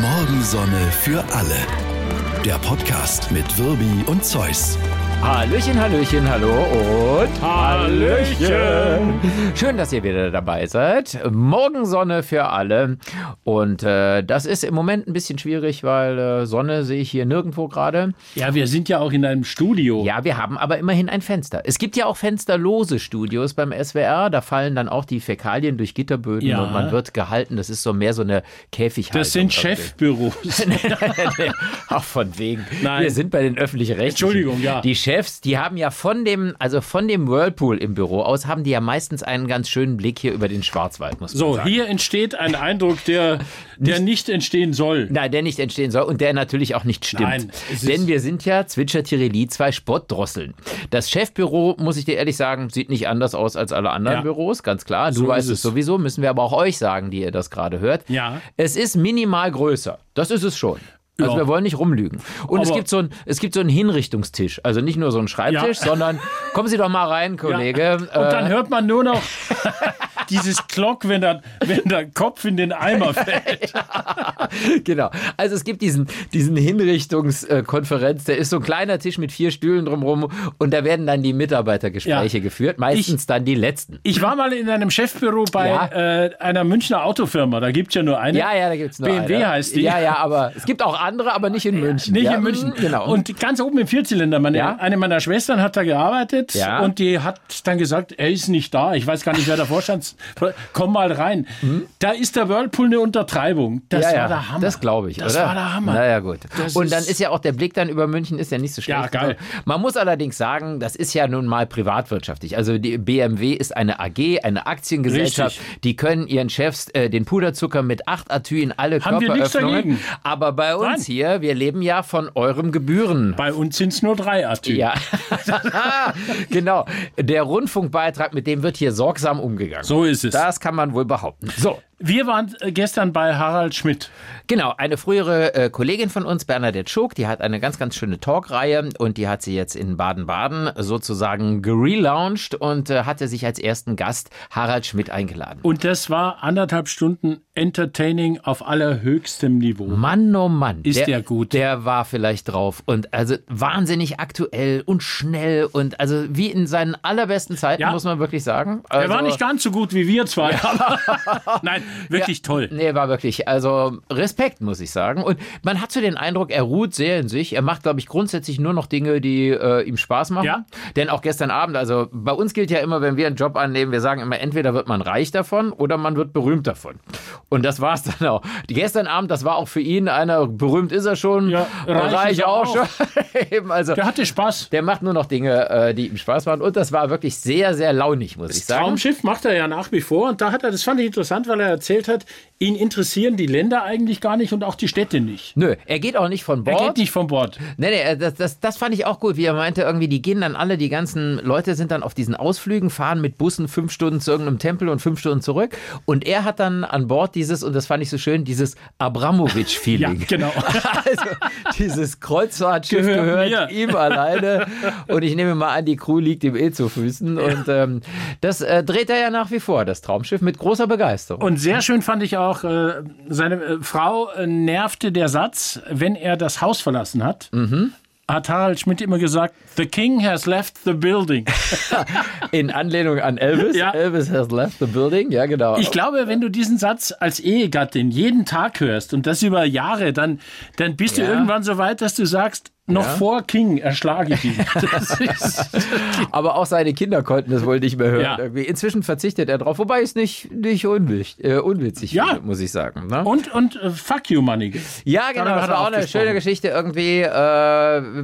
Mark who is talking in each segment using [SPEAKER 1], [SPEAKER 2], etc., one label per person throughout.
[SPEAKER 1] Morgensonne für alle. Der Podcast mit Wirbi und Zeus.
[SPEAKER 2] Hallöchen, Hallöchen, hallo und
[SPEAKER 3] Hallöchen.
[SPEAKER 2] Schön, dass ihr wieder dabei seid. Morgensonne für alle. Und äh, das ist im Moment ein bisschen schwierig, weil äh, Sonne sehe ich hier nirgendwo gerade.
[SPEAKER 3] Ja, wir sind ja auch in einem Studio.
[SPEAKER 2] Ja, wir haben aber immerhin ein Fenster. Es gibt ja auch fensterlose Studios beim SWR. Da fallen dann auch die Fäkalien durch Gitterböden
[SPEAKER 3] Ja.
[SPEAKER 2] und man wird gehalten. Das ist so mehr so eine Käfighaltung.
[SPEAKER 3] das sind
[SPEAKER 2] irgendwie.
[SPEAKER 3] Chefbüros.
[SPEAKER 2] Ach, von wegen.
[SPEAKER 3] Nein.
[SPEAKER 2] Wir sind bei den öffentlichen Rechten.
[SPEAKER 3] Entschuldigung, ja.
[SPEAKER 2] Die Chefs, die haben ja von dem, also von dem Whirlpool im Büro aus, haben die ja meistens einen ganz schönen Blick hier über den Schwarzwald, muss man
[SPEAKER 3] So,
[SPEAKER 2] sagen.
[SPEAKER 3] hier entsteht ein Eindruck, der, der nicht entstehen soll.
[SPEAKER 2] Nein, der nicht entstehen soll und der natürlich auch nicht stimmt.
[SPEAKER 3] Nein, es ist-
[SPEAKER 2] Denn wir sind ja, Zwitscher Tireli, zwei Sportdrosseln. Das Chefbüro, muss ich dir ehrlich sagen, sieht nicht anders aus als alle anderen
[SPEAKER 3] Ja.
[SPEAKER 2] Büros, ganz klar. Du
[SPEAKER 3] So
[SPEAKER 2] weißt
[SPEAKER 3] ist
[SPEAKER 2] es
[SPEAKER 3] es.
[SPEAKER 2] sowieso, müssen wir aber auch euch sagen, die ihr das gerade hört.
[SPEAKER 3] Ja.
[SPEAKER 2] Es ist minimal größer. Das ist es schon. Also
[SPEAKER 3] Ja.
[SPEAKER 2] wir wollen nicht rumlügen. Und es
[SPEAKER 3] Aber-
[SPEAKER 2] gibt, so ein, es gibt so einen Hinrichtungstisch. Also nicht nur so einen Schreibtisch, sondern kommen Sie doch mal rein, Kollege.
[SPEAKER 3] Und dann
[SPEAKER 2] Äh,
[SPEAKER 3] hört man nur noch dieses Glock, wenn der, wenn der Kopf in den Eimer fällt.
[SPEAKER 2] Genau. Also es gibt diesen, diesen Hinrichtungskonferenz, der ist so ein kleiner Tisch mit vier Stühlen drumherum und da werden dann die Mitarbeitergespräche
[SPEAKER 3] Ja.
[SPEAKER 2] geführt, meistens dann die letzten.
[SPEAKER 3] Ich war mal in einem Chefbüro bei
[SPEAKER 2] Ja.
[SPEAKER 3] äh, einer Münchner Autofirma. Da gibt es ja nur eine.
[SPEAKER 2] Ja, ja, da gibt's nur
[SPEAKER 3] BMW
[SPEAKER 2] eine.
[SPEAKER 3] heißt die.
[SPEAKER 2] Ja, ja, aber es gibt auch andere, aber nicht in München.
[SPEAKER 3] Nicht
[SPEAKER 2] ja,
[SPEAKER 3] in München.
[SPEAKER 2] mm, Genau.
[SPEAKER 3] Und ganz oben im Vierzylinder. Meine,
[SPEAKER 2] Ja.
[SPEAKER 3] Eine meiner Schwestern hat da gearbeitet
[SPEAKER 2] Ja.
[SPEAKER 3] und die hat dann gesagt, er ist nicht da. Ich weiß gar nicht, wer der Vorstands... Komm mal rein. Da ist der Whirlpool eine Untertreibung. Das
[SPEAKER 2] Mhm. ja, ja,
[SPEAKER 3] war der Hammer.
[SPEAKER 2] Das glaube ich,
[SPEAKER 3] Das
[SPEAKER 2] oder?
[SPEAKER 3] war der Hammer.
[SPEAKER 2] Naja, gut.
[SPEAKER 3] Das
[SPEAKER 2] und dann
[SPEAKER 3] ist-
[SPEAKER 2] ist ja auch der Blick dann über München ist ja nicht so schlecht. Also
[SPEAKER 3] Ja, geil.
[SPEAKER 2] Man muss allerdings sagen, das ist ja nun mal privatwirtschaftlich. Also die BMW ist eine AG, eine Aktiengesellschaft. Die können ihren Chefs äh, den Puderzucker mit 8 Atü in alle
[SPEAKER 3] Haben wir nichts
[SPEAKER 2] Körperöffnungen.
[SPEAKER 3] dagegen.
[SPEAKER 2] Aber bei uns
[SPEAKER 3] Nein.
[SPEAKER 2] hier, wir leben ja von eurem Gebühren.
[SPEAKER 3] Bei uns sind es nur drei Atü.
[SPEAKER 2] Ja, genau. Der Rundfunkbeitrag, mit dem wird hier sorgsam umgegangen.
[SPEAKER 3] So ist es.
[SPEAKER 2] Das kann man wohl behaupten. So,
[SPEAKER 3] Wir waren äh, gestern bei Harald Schmidt.
[SPEAKER 2] Genau, eine frühere äh, Kollegin von uns, Bernadette Schok, die hat eine ganz, ganz schöne Talkreihe und die hat sie jetzt in Baden-Baden sozusagen gelauncht und äh, hatte sich als ersten Gast Harald Schmidt eingeladen.
[SPEAKER 3] Und das war anderthalb Stunden Entertaining auf allerhöchstem Niveau.
[SPEAKER 2] Mann, oh Mann.
[SPEAKER 3] Ist der gut.
[SPEAKER 2] Der war vielleicht drauf. Und also wahnsinnig aktuell und schnell und also wie in seinen allerbesten Zeiten,
[SPEAKER 3] Ja.
[SPEAKER 2] muss man wirklich sagen. Also,
[SPEAKER 3] er war nicht ganz so gut wie wir zwei, aber nein, wirklich toll.
[SPEAKER 2] Nee, war wirklich, also Respekt, muss ich sagen. Und man hat so den Eindruck, er ruht sehr in sich. Er macht, glaube ich, grundsätzlich nur noch Dinge, die äh, ihm Spaß machen.
[SPEAKER 3] Ja.
[SPEAKER 2] Denn auch gestern Abend, also bei uns gilt ja immer, wenn wir einen Job annehmen, wir sagen immer, entweder wird man reich davon oder man wird berühmt davon. Und das war's dann auch. Gestern Abend, das war auch für ihn einer, berühmt ist er schon,
[SPEAKER 3] Ja, reich ist er auch.
[SPEAKER 2] schon. Eben, also,
[SPEAKER 3] Der hatte Spaß.
[SPEAKER 2] der macht nur noch Dinge, äh, die ihm Spaß machen. Und das war wirklich sehr, sehr launig, muss ich
[SPEAKER 3] Das
[SPEAKER 2] sagen.
[SPEAKER 3] Traumschiff macht er ja nach wie vor und da hat er, das fand ich interessant, weil er erzählt hat, ihn interessieren die Länder eigentlich gar nicht und auch die Städte nicht.
[SPEAKER 2] Nö, er geht auch nicht von
[SPEAKER 3] Er
[SPEAKER 2] Bord.
[SPEAKER 3] geht nicht vom Bord.
[SPEAKER 2] Nee, nee, das, das, das fand ich auch gut, wie er meinte, irgendwie, die gehen dann alle, die ganzen Leute sind dann auf diesen Ausflügen, fahren mit Bussen fünf Stunden zu irgendeinem Tempel und fünf Stunden zurück. Und er hat dann an Bord dieses, und das fand ich so schön, dieses
[SPEAKER 3] Ja,
[SPEAKER 2] Abramowitsch-Feeling.
[SPEAKER 3] genau.
[SPEAKER 2] Also dieses Kreuzfahrtschiff gehört,
[SPEAKER 3] Gehört mir.
[SPEAKER 2] ihm alleine. Und ich nehme mal an, die Crew liegt ihm eh zu Füßen. Und ähm, das äh, dreht er ja nach wie vor, das Traumschiff, mit großer Begeisterung.
[SPEAKER 3] Und sehr schön fand ich auch, äh, seine äh, Frau äh, nervte der Satz, wenn er das Haus verlassen hat,
[SPEAKER 2] Mhm.
[SPEAKER 3] hat Harald Schmidt immer gesagt, The King has left the building.
[SPEAKER 2] In Anlehnung an Elvis.
[SPEAKER 3] Ja.
[SPEAKER 2] Elvis has left the building. Ja, genau.
[SPEAKER 3] Ich glaube, wenn du diesen Satz als Ehegattin jeden Tag hörst und das über Jahre, dann, dann bist
[SPEAKER 2] Ja.
[SPEAKER 3] du irgendwann so weit, dass du sagst, noch vor King erschlage ich ihn. Das ist,
[SPEAKER 2] Aber auch seine Kinder konnten das wohl nicht mehr hören.
[SPEAKER 3] Ja.
[SPEAKER 2] Irgendwie. Inzwischen verzichtet er drauf, wobei ich es nicht, nicht unwichtig, äh, unwitzig
[SPEAKER 3] Ja.
[SPEAKER 2] finde, muss ich sagen. Ne?
[SPEAKER 3] und und äh, fuck you, Money.
[SPEAKER 2] Ja, genau,
[SPEAKER 3] darüber
[SPEAKER 2] das
[SPEAKER 3] hat
[SPEAKER 2] war
[SPEAKER 3] er
[SPEAKER 2] auch
[SPEAKER 3] auch
[SPEAKER 2] eine
[SPEAKER 3] gesprochen.
[SPEAKER 2] schöne Geschichte irgendwie, äh,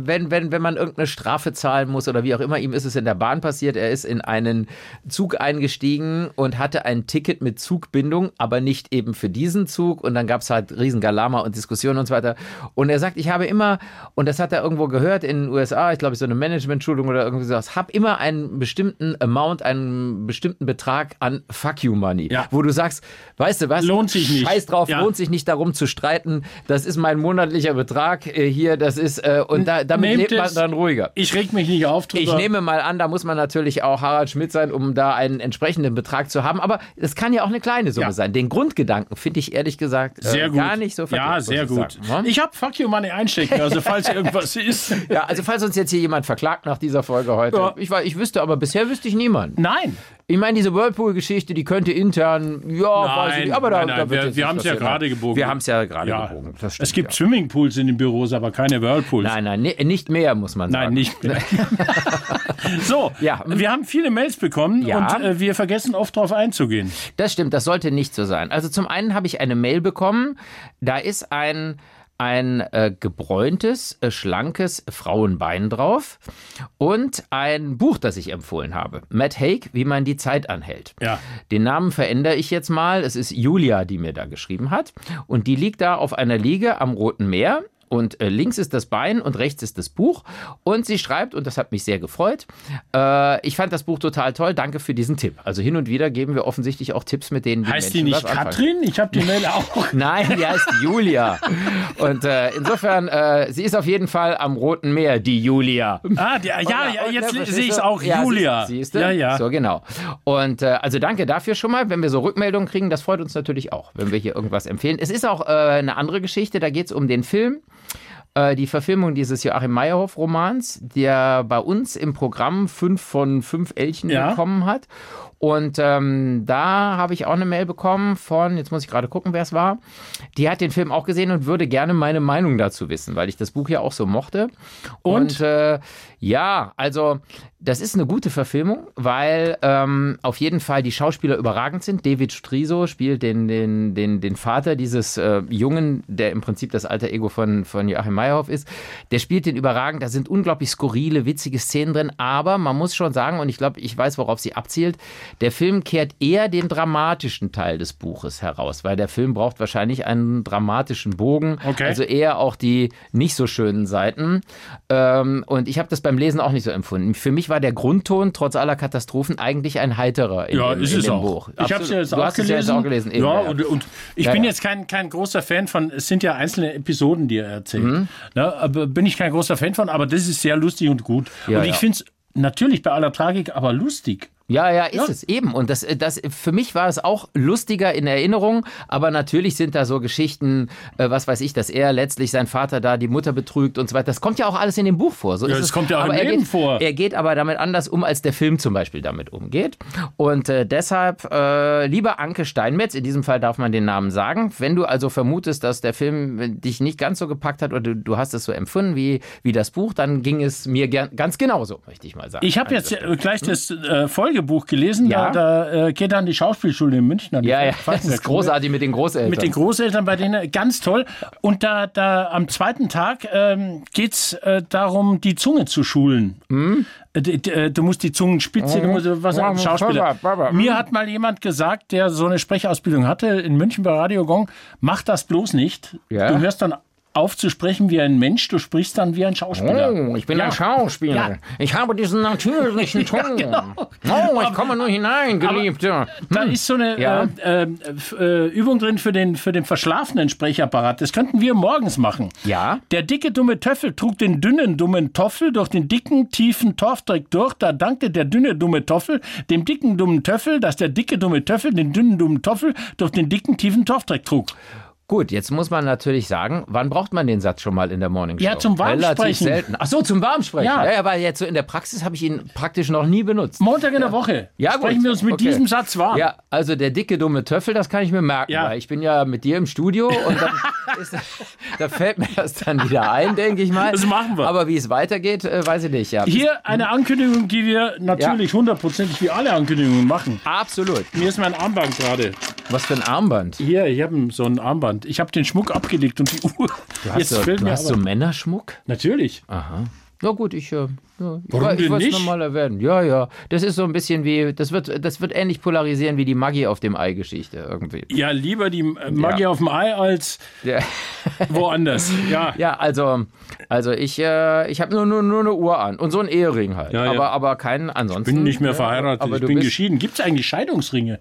[SPEAKER 2] wenn, wenn, wenn man irgendeine Strafe zahlen muss oder wie auch immer, ihm ist es in der Bahn passiert, er ist in einen Zug eingestiegen und hatte ein Ticket mit Zugbindung, aber nicht eben für diesen Zug und dann gab es halt riesen Galama und Diskussionen und so weiter und er sagt, ich habe immer, und das hat hat er irgendwo gehört in den USA, ich glaube, so eine Management-Schulung oder irgendwie sowas, hab immer einen bestimmten Amount, einen bestimmten Betrag an Fuck You Money,
[SPEAKER 3] Ja.
[SPEAKER 2] wo du sagst, weißt du was,
[SPEAKER 3] Lohnt sich nicht.
[SPEAKER 2] scheiß drauf,
[SPEAKER 3] Ja.
[SPEAKER 2] lohnt sich nicht darum zu streiten, das ist mein monatlicher Betrag äh, hier, das ist, äh, und da, damit
[SPEAKER 3] Nehmt
[SPEAKER 2] lebt man
[SPEAKER 3] es. Also-
[SPEAKER 2] dann ruhiger.
[SPEAKER 3] Ich reg mich nicht auf drüber.
[SPEAKER 2] Ich nehme mal an, da muss man natürlich auch Harald Schmidt sein, um da einen entsprechenden Betrag zu haben. Aber es kann ja auch eine kleine Summe
[SPEAKER 3] Ja.
[SPEAKER 2] sein. Den Grundgedanken finde ich ehrlich gesagt äh,
[SPEAKER 3] sehr gut.
[SPEAKER 2] gar nicht so verkehrt.
[SPEAKER 3] Ja,
[SPEAKER 2] muss
[SPEAKER 3] sehr
[SPEAKER 2] ich
[SPEAKER 3] gut.
[SPEAKER 2] sagen. ne?
[SPEAKER 3] Ich habe Fuck You Money einstecken, also falls irgendwas ist.
[SPEAKER 2] Ja, also falls uns jetzt hier jemand verklagt nach dieser Folge heute.
[SPEAKER 3] Ja.
[SPEAKER 2] Ich, war, ich wüsste, aber bisher wüsste ich niemanden.
[SPEAKER 3] Nein.
[SPEAKER 2] Ich meine, diese Whirlpool-Geschichte, die könnte intern, ja, weiß ich nicht, aber da,
[SPEAKER 3] nein, nein,
[SPEAKER 2] da wird
[SPEAKER 3] wir,
[SPEAKER 2] jetzt
[SPEAKER 3] wir
[SPEAKER 2] nicht
[SPEAKER 3] haben es ja
[SPEAKER 2] passieren. ne?
[SPEAKER 3] gerade gebogen.
[SPEAKER 2] Wir haben es ja gerade
[SPEAKER 3] Ja.
[SPEAKER 2] gebogen. Das stimmt,
[SPEAKER 3] Es gibt
[SPEAKER 2] ja.
[SPEAKER 3] Swimmingpools in den Büros, aber keine Whirlpools.
[SPEAKER 2] Nein, nein, ni- nicht mehr, muss man sagen.
[SPEAKER 3] Nein, nicht mehr. so,
[SPEAKER 2] Ja. hm.
[SPEAKER 3] wir haben viele Mails bekommen
[SPEAKER 2] Ja.
[SPEAKER 3] und äh, wir vergessen oft darauf einzugehen.
[SPEAKER 2] Das stimmt, das sollte nicht so sein. Also zum einen habe ich eine Mail bekommen, da ist ein ein äh, gebräuntes, äh, schlankes Frauenbein drauf und ein Buch, das ich empfohlen habe. Matt Haig, wie man die Zeit anhält.
[SPEAKER 3] Ja.
[SPEAKER 2] Den Namen verändere ich jetzt mal. Es ist Julia, die mir da geschrieben hat. Und die liegt da auf einer Liege am Roten Meer. Und äh, links ist das Bein und rechts ist das Buch. Und sie schreibt, und das hat mich sehr gefreut, äh, ich fand das Buch total toll, danke für diesen Tipp. Also hin und wieder geben wir offensichtlich auch Tipps, mit denen die
[SPEAKER 3] Heißt die
[SPEAKER 2] Menschen
[SPEAKER 3] nicht
[SPEAKER 2] was anfangen.
[SPEAKER 3] Katrin? Ich habe die Mail auch.
[SPEAKER 2] Nein, die heißt Julia. Und äh, insofern, äh, sie ist auf jeden Fall am Roten Meer, die Julia.
[SPEAKER 3] Ah, die,
[SPEAKER 2] Oh
[SPEAKER 3] ja, ja, jetzt
[SPEAKER 2] verstehst
[SPEAKER 3] sehe ich es
[SPEAKER 2] du?
[SPEAKER 3] auch.
[SPEAKER 2] Ja,
[SPEAKER 3] Julia.
[SPEAKER 2] sie- Siehst du?
[SPEAKER 3] ja, ja.
[SPEAKER 2] So, genau. Und äh, also danke dafür schon mal. Wenn wir so Rückmeldungen kriegen, das freut uns natürlich auch, wenn wir hier irgendwas empfehlen. Es ist auch äh, eine andere Geschichte, da geht es um den Film. äh, Die Verfilmung dieses Joachim Meyerhoff-Romans, der bei uns im Programm fünf von fünf Elchen
[SPEAKER 3] Ja.
[SPEAKER 2] bekommen hat. Und ähm, da habe ich auch eine Mail bekommen von, jetzt muss ich gerade gucken, wer es war, die hat den Film auch gesehen und würde gerne meine Meinung dazu wissen, weil ich das Buch ja auch so mochte. Und, äh, ja, also das ist eine gute Verfilmung, weil ähm, auf jeden Fall die Schauspieler überragend sind. David Striso spielt den, den, den, den Vater dieses äh, Jungen, der im Prinzip das alter Ego von, von Joachim Meyerhoff ist. Der spielt den überragend. Da sind unglaublich skurrile, witzige Szenen drin. Aber man muss schon sagen, und ich glaube, ich weiß, worauf sie abzielt, der Film kehrt eher den dramatischen Teil des Buches heraus, weil der Film braucht wahrscheinlich einen dramatischen Bogen.
[SPEAKER 3] Okay.
[SPEAKER 2] Also eher auch die nicht so schönen Seiten. Ähm, und ich habe das beim Lesen auch nicht so empfunden. Für mich war der Grundton trotz aller Katastrophen eigentlich ein heiterer in
[SPEAKER 3] Ja,
[SPEAKER 2] dem,
[SPEAKER 3] ist
[SPEAKER 2] in
[SPEAKER 3] es
[SPEAKER 2] dem
[SPEAKER 3] auch.
[SPEAKER 2] Buch.
[SPEAKER 3] Ich habe
[SPEAKER 2] Absolut.
[SPEAKER 3] es ja jetzt
[SPEAKER 2] du
[SPEAKER 3] auch
[SPEAKER 2] hast
[SPEAKER 3] gelesen.
[SPEAKER 2] Es ja jetzt auch gelesen. eben,
[SPEAKER 3] ja,
[SPEAKER 2] ja.
[SPEAKER 3] Und, und ich
[SPEAKER 2] Ja,
[SPEAKER 3] bin
[SPEAKER 2] ja.
[SPEAKER 3] jetzt kein, kein großer Fan von, es sind ja einzelne Episoden, die er erzählt.
[SPEAKER 2] Mhm.
[SPEAKER 3] Ne, aber bin ich kein großer Fan von, aber das ist sehr lustig und gut.
[SPEAKER 2] Ja,
[SPEAKER 3] und ich
[SPEAKER 2] ja.
[SPEAKER 3] finde es natürlich bei aller Tragik, aber lustig.
[SPEAKER 2] Ja, ja, ist es eben. Und das, äh, das, für mich war es auch lustiger in Erinnerung, aber natürlich sind da so Geschichten, äh, was weiß ich, dass er letztlich sein Vater da die Mutter betrügt und so weiter. Das kommt ja auch alles in dem Buch vor. So
[SPEAKER 3] Ja,
[SPEAKER 2] ist
[SPEAKER 3] das
[SPEAKER 2] es.
[SPEAKER 3] kommt ja auch
[SPEAKER 2] aber
[SPEAKER 3] im
[SPEAKER 2] er
[SPEAKER 3] Leben
[SPEAKER 2] geht,
[SPEAKER 3] vor.
[SPEAKER 2] Er geht aber damit anders um, als der Film zum Beispiel damit umgeht. Und äh, deshalb, äh, lieber Anke Steinmetz, in diesem Fall darf man den Namen sagen, wenn du also vermutest, dass der Film äh, dich nicht ganz so gepackt hat oder du, du hast es so empfunden wie, wie das Buch, dann ging es mir gern, ganz genauso, möchte ich mal sagen.
[SPEAKER 3] Ich habe
[SPEAKER 2] Also-
[SPEAKER 3] jetzt äh, gleich das äh, Folgebuch gelesen,
[SPEAKER 2] Ja.
[SPEAKER 3] da, da äh, geht dann die Schauspielschule in München. An die
[SPEAKER 2] ja, ja, das
[SPEAKER 3] Falkenberg-Schule.
[SPEAKER 2] ist großartig mit den Großeltern.
[SPEAKER 3] Mit den Großeltern bei denen, ganz toll. Und da, da am zweiten Tag ähm, geht's äh, darum, die Zunge zu schulen.
[SPEAKER 2] Hm?
[SPEAKER 3] Äh, d- d- äh, Du musst die Zungenspitze, du musst was
[SPEAKER 2] Ja,
[SPEAKER 3] ein Schauspieler.
[SPEAKER 2] Papa, Papa.
[SPEAKER 3] Mir hat mal jemand gesagt, der so eine Sprechausbildung hatte in München bei Radio Gong, mach das bloß nicht.
[SPEAKER 2] Ja.
[SPEAKER 3] Du hörst dann auf zu sprechen wie ein Mensch, du sprichst dann wie ein Schauspieler.
[SPEAKER 2] Oh, ich bin
[SPEAKER 3] Ja.
[SPEAKER 2] ein Schauspieler.
[SPEAKER 3] Ja. genau.
[SPEAKER 2] Ich habe diesen natürlichen Ton. Oh, ich komme nur hinein, Geliebte.
[SPEAKER 3] Da ist so eine
[SPEAKER 2] Hm. Ja.
[SPEAKER 3] äh, äh, f- äh, Übung drin für den, für den verschlafenen Sprechapparat. Das könnten wir morgens machen.
[SPEAKER 2] Ja.
[SPEAKER 3] Der dicke dumme Töffel trug den dünnen dummen Toffel durch den dicken tiefen Torfdreck durch. Da dankte der dünne dumme Toffel dem dicken dummen Töffel, dass der dicke dumme Töffel den dünnen dummen Toffel durch den dicken tiefen Torfdreck trug.
[SPEAKER 2] Gut, jetzt muss man natürlich sagen, wann braucht man den Satz schon mal in der Morning Show?
[SPEAKER 3] Ja, zum Warmsprechen.
[SPEAKER 2] Relativ selten. Ach so, zum Warmsprechen.
[SPEAKER 3] Ja.
[SPEAKER 2] Ja. ja, weil jetzt so in der Praxis habe ich ihn praktisch noch nie benutzt.
[SPEAKER 3] Montag in der Woche
[SPEAKER 2] Ja, gut.
[SPEAKER 3] sprechen wir uns mit
[SPEAKER 2] Okay.
[SPEAKER 3] diesem Satz warm.
[SPEAKER 2] Ja, also der dicke dumme Töffel, das kann ich mir merken,
[SPEAKER 3] Ja.
[SPEAKER 2] weil ich bin ja mit dir im Studio und dann ist, da fällt mir das dann wieder ein, denke ich mal.
[SPEAKER 3] Das machen wir.
[SPEAKER 2] Aber wie es weitergeht, äh, weiß ich nicht. Ja,
[SPEAKER 3] Hier eine Ankündigung, die wir natürlich hundertprozentig wie alle Ankündigungen machen.
[SPEAKER 2] absolut.
[SPEAKER 3] Mir ist mein Armband gerade.
[SPEAKER 2] Was für ein Armband.
[SPEAKER 3] Hier, ich habe so ein Armband. Ich habe den Schmuck abgelegt und die Uhr.
[SPEAKER 2] Du hast, so, Ah. du hast so
[SPEAKER 3] aber-
[SPEAKER 2] Männerschmuck?
[SPEAKER 3] Natürlich.
[SPEAKER 2] Na gut, ich, äh, ja, ich,
[SPEAKER 3] Warum
[SPEAKER 2] wa- ich
[SPEAKER 3] denn
[SPEAKER 2] wollte es
[SPEAKER 3] nicht?
[SPEAKER 2] nochmal erwähnen. Ja, ja. Das ist so ein bisschen wie, das wird, das wird ähnlich polarisieren wie die Maggie auf dem Ei-Geschichte irgendwie.
[SPEAKER 3] Ja, lieber die äh, Maggie
[SPEAKER 2] Ja.
[SPEAKER 3] auf dem Ei als
[SPEAKER 2] Ja,
[SPEAKER 3] woanders. Ja.
[SPEAKER 2] ja also, also ich, äh, ich habe nur, nur, nur eine Uhr an und so einen Ehering halt.
[SPEAKER 3] Ja, ja.
[SPEAKER 2] aber, aber keinen ansonsten.
[SPEAKER 3] Ich bin nicht mehr
[SPEAKER 2] Ja,
[SPEAKER 3] verheiratet,
[SPEAKER 2] aber
[SPEAKER 3] ich
[SPEAKER 2] du
[SPEAKER 3] bin
[SPEAKER 2] bist,
[SPEAKER 3] geschieden. Gibt es eigentlich Scheidungsringe?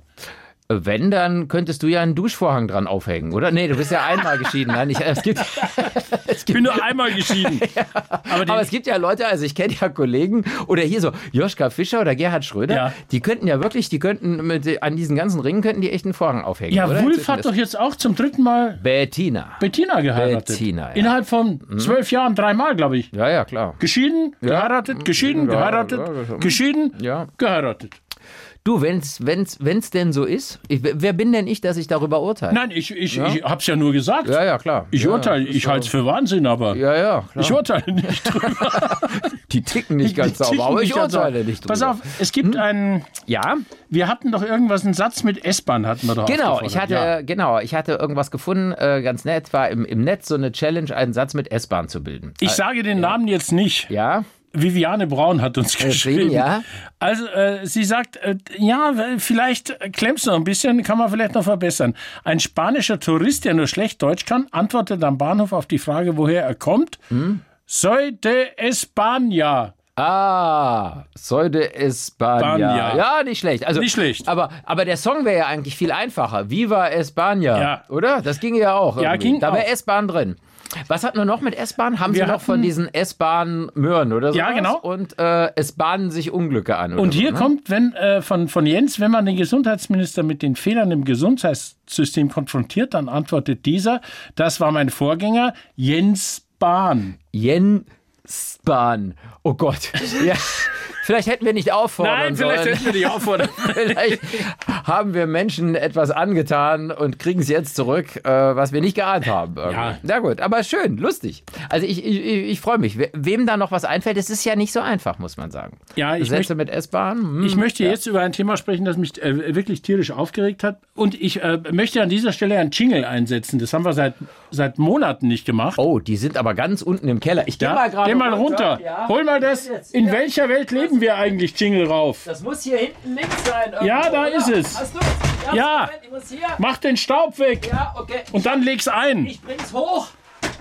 [SPEAKER 2] Wenn, dann könntest du ja einen Duschvorhang dran aufhängen, oder? Nee, du bist ja einmal geschieden. Nein, ich, es gibt,
[SPEAKER 3] Ich bin nur einmal geschieden. Aber, den,
[SPEAKER 2] aber es gibt ja Leute, also ich kenne ja Kollegen oder hier so Joschka Fischer oder Gerhard Schröder,
[SPEAKER 3] Ja.
[SPEAKER 2] die könnten ja wirklich, die könnten mit, an diesen ganzen Ringen könnten die echt einen Vorhang aufhängen.
[SPEAKER 3] ja,
[SPEAKER 2] oder?
[SPEAKER 3] Wulff
[SPEAKER 2] Inzwischen
[SPEAKER 3] hat
[SPEAKER 2] ist-
[SPEAKER 3] doch jetzt auch zum dritten Mal
[SPEAKER 2] Bettina.
[SPEAKER 3] Bettina geheiratet.
[SPEAKER 2] Bettina, ja.
[SPEAKER 3] Innerhalb von zwölf Jahren dreimal, glaube ich.
[SPEAKER 2] Ja, ja, klar.
[SPEAKER 3] Geschieden, geheiratet, geschieden,
[SPEAKER 2] Ja,
[SPEAKER 3] geheiratet,
[SPEAKER 2] ja, das-
[SPEAKER 3] geschieden,
[SPEAKER 2] Ja.
[SPEAKER 3] geheiratet.
[SPEAKER 2] Du, wenn's, wenn's, wenn's denn so ist, ich, wer bin denn ich, dass ich darüber urteile?
[SPEAKER 3] Nein, ich, ich, ich habe es ja nur gesagt.
[SPEAKER 2] Ja, ja, klar.
[SPEAKER 3] Ich
[SPEAKER 2] ja,
[SPEAKER 3] urteile, ich halte es für Wahnsinn, aber
[SPEAKER 2] Ja, ja, klar.
[SPEAKER 3] ich urteile nicht drüber.
[SPEAKER 2] die ticken nicht ganz
[SPEAKER 3] Die ticken
[SPEAKER 2] sauber, aber
[SPEAKER 3] nicht
[SPEAKER 2] ich
[SPEAKER 3] ganz
[SPEAKER 2] urteile
[SPEAKER 3] sauber.
[SPEAKER 2] nicht drüber. Hm?
[SPEAKER 3] Pass auf, es gibt einen,
[SPEAKER 2] Ja,
[SPEAKER 3] wir hatten doch irgendwas, einen Satz mit S-Bahn hatten wir doch
[SPEAKER 2] genau.
[SPEAKER 3] aufgefordert.
[SPEAKER 2] Ich hatte,
[SPEAKER 3] Ja.
[SPEAKER 2] genau, ich hatte irgendwas gefunden, äh, ganz nett, war im, im Netz so eine Challenge, einen Satz mit S-Bahn zu bilden.
[SPEAKER 3] Ich sage den Namen jetzt nicht.
[SPEAKER 2] äh, Ja, Äh,
[SPEAKER 3] Viviane Braun hat uns geschrieben.
[SPEAKER 2] ja.
[SPEAKER 3] Also äh, sie sagt, äh, ja, w- vielleicht klemmst du noch ein bisschen, kann man vielleicht noch verbessern. Ein spanischer Tourist, der nur schlecht Deutsch kann, antwortet am Bahnhof auf die Frage, woher er kommt.
[SPEAKER 2] Hm?
[SPEAKER 3] Soy de España.
[SPEAKER 2] Ah, Soy de España.
[SPEAKER 3] España.
[SPEAKER 2] Ja, nicht schlecht. Also,
[SPEAKER 3] Nicht schlecht.
[SPEAKER 2] Aber, aber der Song wäre ja eigentlich viel einfacher. Viva España.
[SPEAKER 3] Ja.
[SPEAKER 2] Oder? Das ging ja auch.
[SPEAKER 3] Ja,
[SPEAKER 2] irgendwie.
[SPEAKER 3] ging
[SPEAKER 2] Da wäre
[SPEAKER 3] auch.
[SPEAKER 2] S-Bahn drin. Was hatten wir noch mit S-Bahn? Haben
[SPEAKER 3] Wir
[SPEAKER 2] Sie noch von
[SPEAKER 3] hatten-
[SPEAKER 2] diesen S-Bahn-Möhren oder so?
[SPEAKER 3] Ja, genau.
[SPEAKER 2] Und äh, es bahnen sich Unglücke an. Oder
[SPEAKER 3] Und
[SPEAKER 2] so,
[SPEAKER 3] hier
[SPEAKER 2] ne?
[SPEAKER 3] kommt wenn, äh, von, von Jens, wenn man den Gesundheitsminister mit den Fehlern im Gesundheitssystem konfrontiert, dann antwortet dieser, das war mein Vorgänger, Jens Bahn.
[SPEAKER 2] Jens-Bahn. Oh Gott. Ja. Vielleicht hätten wir nicht auffordern sollen.
[SPEAKER 3] wir die auffordern.
[SPEAKER 2] Vielleicht haben wir Menschen etwas angetan und kriegen es jetzt zurück, äh, was wir nicht geahnt haben.
[SPEAKER 3] Ja.
[SPEAKER 2] Na gut, aber schön, lustig. Also ich, ich, ich ich freue mich. We- Wem da noch was einfällt, es ist ja nicht so einfach, muss man sagen.
[SPEAKER 3] Ja, ich
[SPEAKER 2] Sätze mit S-Bahn. Hm.
[SPEAKER 3] Ich möchte jetzt über ein Thema sprechen, das mich äh, wirklich tierisch aufgeregt hat. Und ich äh, möchte an dieser Stelle einen Jingle einsetzen. Das haben wir seit, seit Monaten nicht gemacht.
[SPEAKER 2] oh, die sind aber ganz unten im Keller. Ich gehe mal gerade
[SPEAKER 3] Geh mal runter.
[SPEAKER 2] Ja.
[SPEAKER 3] Hol mal das. In welcher Welt leben wir eigentlich Jingle rauf?
[SPEAKER 2] Das muss hier hinten links sein.
[SPEAKER 3] Ja, da ist es.
[SPEAKER 2] Hast du es?
[SPEAKER 3] Ja.
[SPEAKER 2] Moment, ich muss hier.
[SPEAKER 3] Mach den Staub weg
[SPEAKER 2] Ja, okay.
[SPEAKER 3] und dann leg's ein.
[SPEAKER 2] Ich bring's hoch.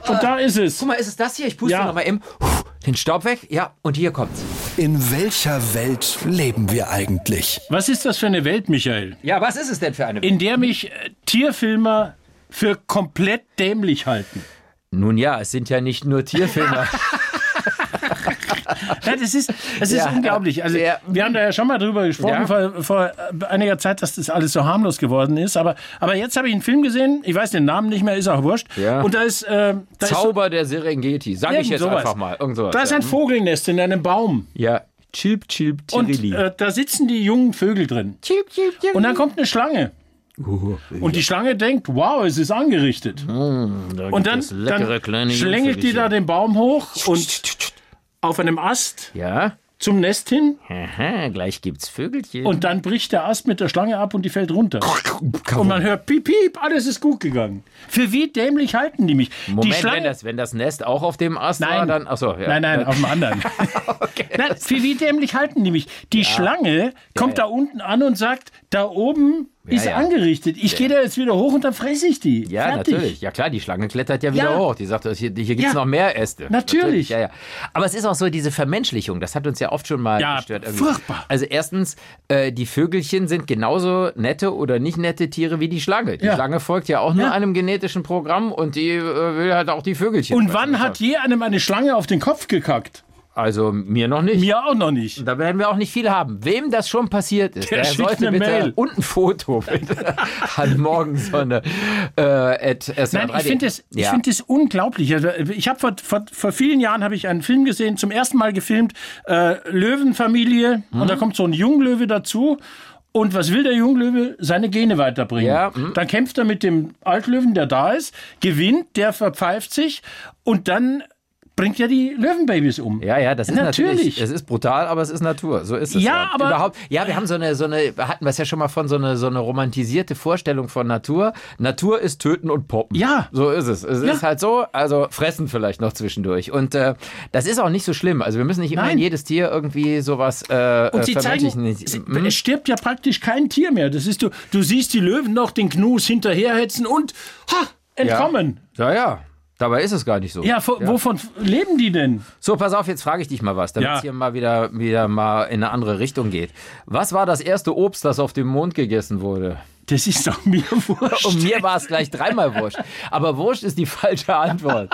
[SPEAKER 3] Und da ist es.
[SPEAKER 2] Guck mal, ist es das hier? Ich puste
[SPEAKER 3] Ja.
[SPEAKER 2] nochmal eben den Staub weg. Ja, und hier kommt's.
[SPEAKER 1] In welcher Welt leben wir eigentlich?
[SPEAKER 3] Was ist das für eine Welt, Michael?
[SPEAKER 2] Ja, was ist es denn für eine
[SPEAKER 3] In der mich äh, Tierfilmer für komplett dämlich halten.
[SPEAKER 2] Nun ja, es sind ja nicht nur Tierfilme.
[SPEAKER 3] Also Ja, das ist, das ist
[SPEAKER 2] Ja.
[SPEAKER 3] unglaublich. Also,
[SPEAKER 2] Ja.
[SPEAKER 3] Wir haben da ja schon mal drüber
[SPEAKER 2] Ja.
[SPEAKER 3] gesprochen vor, vor äh, einiger Zeit, dass das alles so harmlos geworden ist. Aber, aber jetzt habe ich einen Film gesehen, ich weiß den Namen nicht mehr, ist auch wurscht.
[SPEAKER 2] Ja.
[SPEAKER 3] Und da ist. Äh, da ist so-
[SPEAKER 2] Zauber der Serengeti, sag ich
[SPEAKER 3] irgend
[SPEAKER 2] jetzt
[SPEAKER 3] sowas.
[SPEAKER 2] einfach mal. Irgend sowas,
[SPEAKER 3] Da ist
[SPEAKER 2] ja.
[SPEAKER 3] ein Vogelnest in einem Baum.
[SPEAKER 2] ja, chilp, chilp,
[SPEAKER 3] Und
[SPEAKER 2] tirili.
[SPEAKER 3] äh, da sitzen die jungen Vögel drin.
[SPEAKER 2] chilp, chilp, chilp.
[SPEAKER 3] Und dann kommt eine Schlange. Und die Schlange denkt, wow, es ist angerichtet. und dann,
[SPEAKER 2] Hm, es leckere
[SPEAKER 3] dann
[SPEAKER 2] kleine
[SPEAKER 3] schlängelt die
[SPEAKER 2] Jungvögelchen.
[SPEAKER 3] da den Baum hoch und auf einem Ast
[SPEAKER 2] ja,
[SPEAKER 3] zum Nest hin.
[SPEAKER 2] Aha, gleich gibt's Vögelchen.
[SPEAKER 3] Und dann bricht der Ast mit der Schlange ab und die fällt runter. Und man hört piep, piep, alles ist gut gegangen. Für wie dämlich halten die mich? die
[SPEAKER 2] Moment,
[SPEAKER 3] Schlange.
[SPEAKER 2] wenn das, wenn das Nest auch auf dem Ast war,
[SPEAKER 3] nein,
[SPEAKER 2] Ah, dann. Achso, ja.
[SPEAKER 3] nein, nein, auf dem anderen.
[SPEAKER 2] Okay.
[SPEAKER 3] nein, für wie dämlich halten die mich? Die Schlange kommt da unten an und sagt, da oben ist
[SPEAKER 2] ja.
[SPEAKER 3] angerichtet. Ich gehe da jetzt wieder hoch und dann fresse ich die.
[SPEAKER 2] Ja,
[SPEAKER 3] Fertig.
[SPEAKER 2] natürlich. Ja, klar, die Schlange klettert ja wieder
[SPEAKER 3] Ja.
[SPEAKER 2] hoch. Die sagt, hier, hier gibt es
[SPEAKER 3] Ja.
[SPEAKER 2] noch mehr Äste.
[SPEAKER 3] Natürlich.
[SPEAKER 2] Ja, ja. Aber es ist auch so diese Vermenschlichung. Das hat uns ja oft schon mal
[SPEAKER 3] Ja,
[SPEAKER 2] gestört.
[SPEAKER 3] furchtbar.
[SPEAKER 2] Also, erstens, äh, die Vögelchen sind genauso nette oder nicht nette Tiere wie die Schlange. Die
[SPEAKER 3] Ja.
[SPEAKER 2] Schlange folgt ja auch nur
[SPEAKER 3] Ja.
[SPEAKER 2] einem genetischen Programm und die äh, will halt auch die Vögelchen.
[SPEAKER 3] Und
[SPEAKER 2] fressen.
[SPEAKER 3] wann hat je einem eine Schlange auf den Kopf gekackt?
[SPEAKER 2] Also, mir noch nicht.
[SPEAKER 3] Mir auch noch nicht.
[SPEAKER 2] Da werden wir auch nicht viel haben. Wem das schon passiert ist,
[SPEAKER 3] Der
[SPEAKER 2] der,
[SPEAKER 3] schickt
[SPEAKER 2] sollte
[SPEAKER 3] eine
[SPEAKER 2] bitte
[SPEAKER 3] Mail.
[SPEAKER 2] und ein Foto bitte an Morgensonne äh, at SWR3.
[SPEAKER 3] Nein, ich finde es ich
[SPEAKER 2] Ja.
[SPEAKER 3] find es unglaublich. Also, ich habe vor, vor, vor vielen Jahren habe ich einen Film gesehen, zum ersten Mal gefilmt, äh, Löwenfamilie und da
[SPEAKER 2] Mhm.
[SPEAKER 3] kommt so ein Junglöwe dazu. Und was will der Junglöwe? Seine Gene weiterbringen.
[SPEAKER 2] Ja, mhm.
[SPEAKER 3] Dann kämpft er mit dem Altlöwen, der da ist, gewinnt, der verpfeift sich und dann bringt ja die Löwenbabys um.
[SPEAKER 2] Ja, ja, das ist natürlich.
[SPEAKER 3] Natürlich.
[SPEAKER 2] Es ist brutal, aber es ist Natur. So ist es.
[SPEAKER 3] Ja, aber-
[SPEAKER 2] überhaupt. Ja, wir haben so eine, so eine, hatten wir es ja schon mal von so eine, so eine romantisierte Vorstellung von Natur. Natur ist töten und poppen.
[SPEAKER 3] Ja.
[SPEAKER 2] So ist es. Es
[SPEAKER 3] Ja.
[SPEAKER 2] ist halt so, also fressen vielleicht noch zwischendurch. Und äh, das ist auch nicht so schlimm. Also wir müssen nicht immer
[SPEAKER 3] Nein.
[SPEAKER 2] in jedes Tier irgendwie sowas äh,
[SPEAKER 3] Und
[SPEAKER 2] äh,
[SPEAKER 3] sie zeigen,
[SPEAKER 2] vermenschlichen. Nicht.
[SPEAKER 3] sie-
[SPEAKER 2] Hm?
[SPEAKER 3] es stirbt ja praktisch kein Tier mehr. Das ist du, du siehst die Löwen noch den Gnus hinterherhetzen und ha, entkommen.
[SPEAKER 2] Ja, ja. Dabei ist es gar nicht so.
[SPEAKER 3] Ja, wo- wovon f- leben die denn?
[SPEAKER 2] So, pass auf, jetzt frage ich dich mal was, damit es
[SPEAKER 3] Ja.
[SPEAKER 2] hier mal wieder, wieder mal in eine andere Richtung geht. Was war das erste Obst, das auf dem Mond gegessen wurde?
[SPEAKER 3] Das ist doch mir wurscht.
[SPEAKER 2] Und Um mir war es gleich dreimal Wurscht. Aber Wurscht ist die falsche Antwort.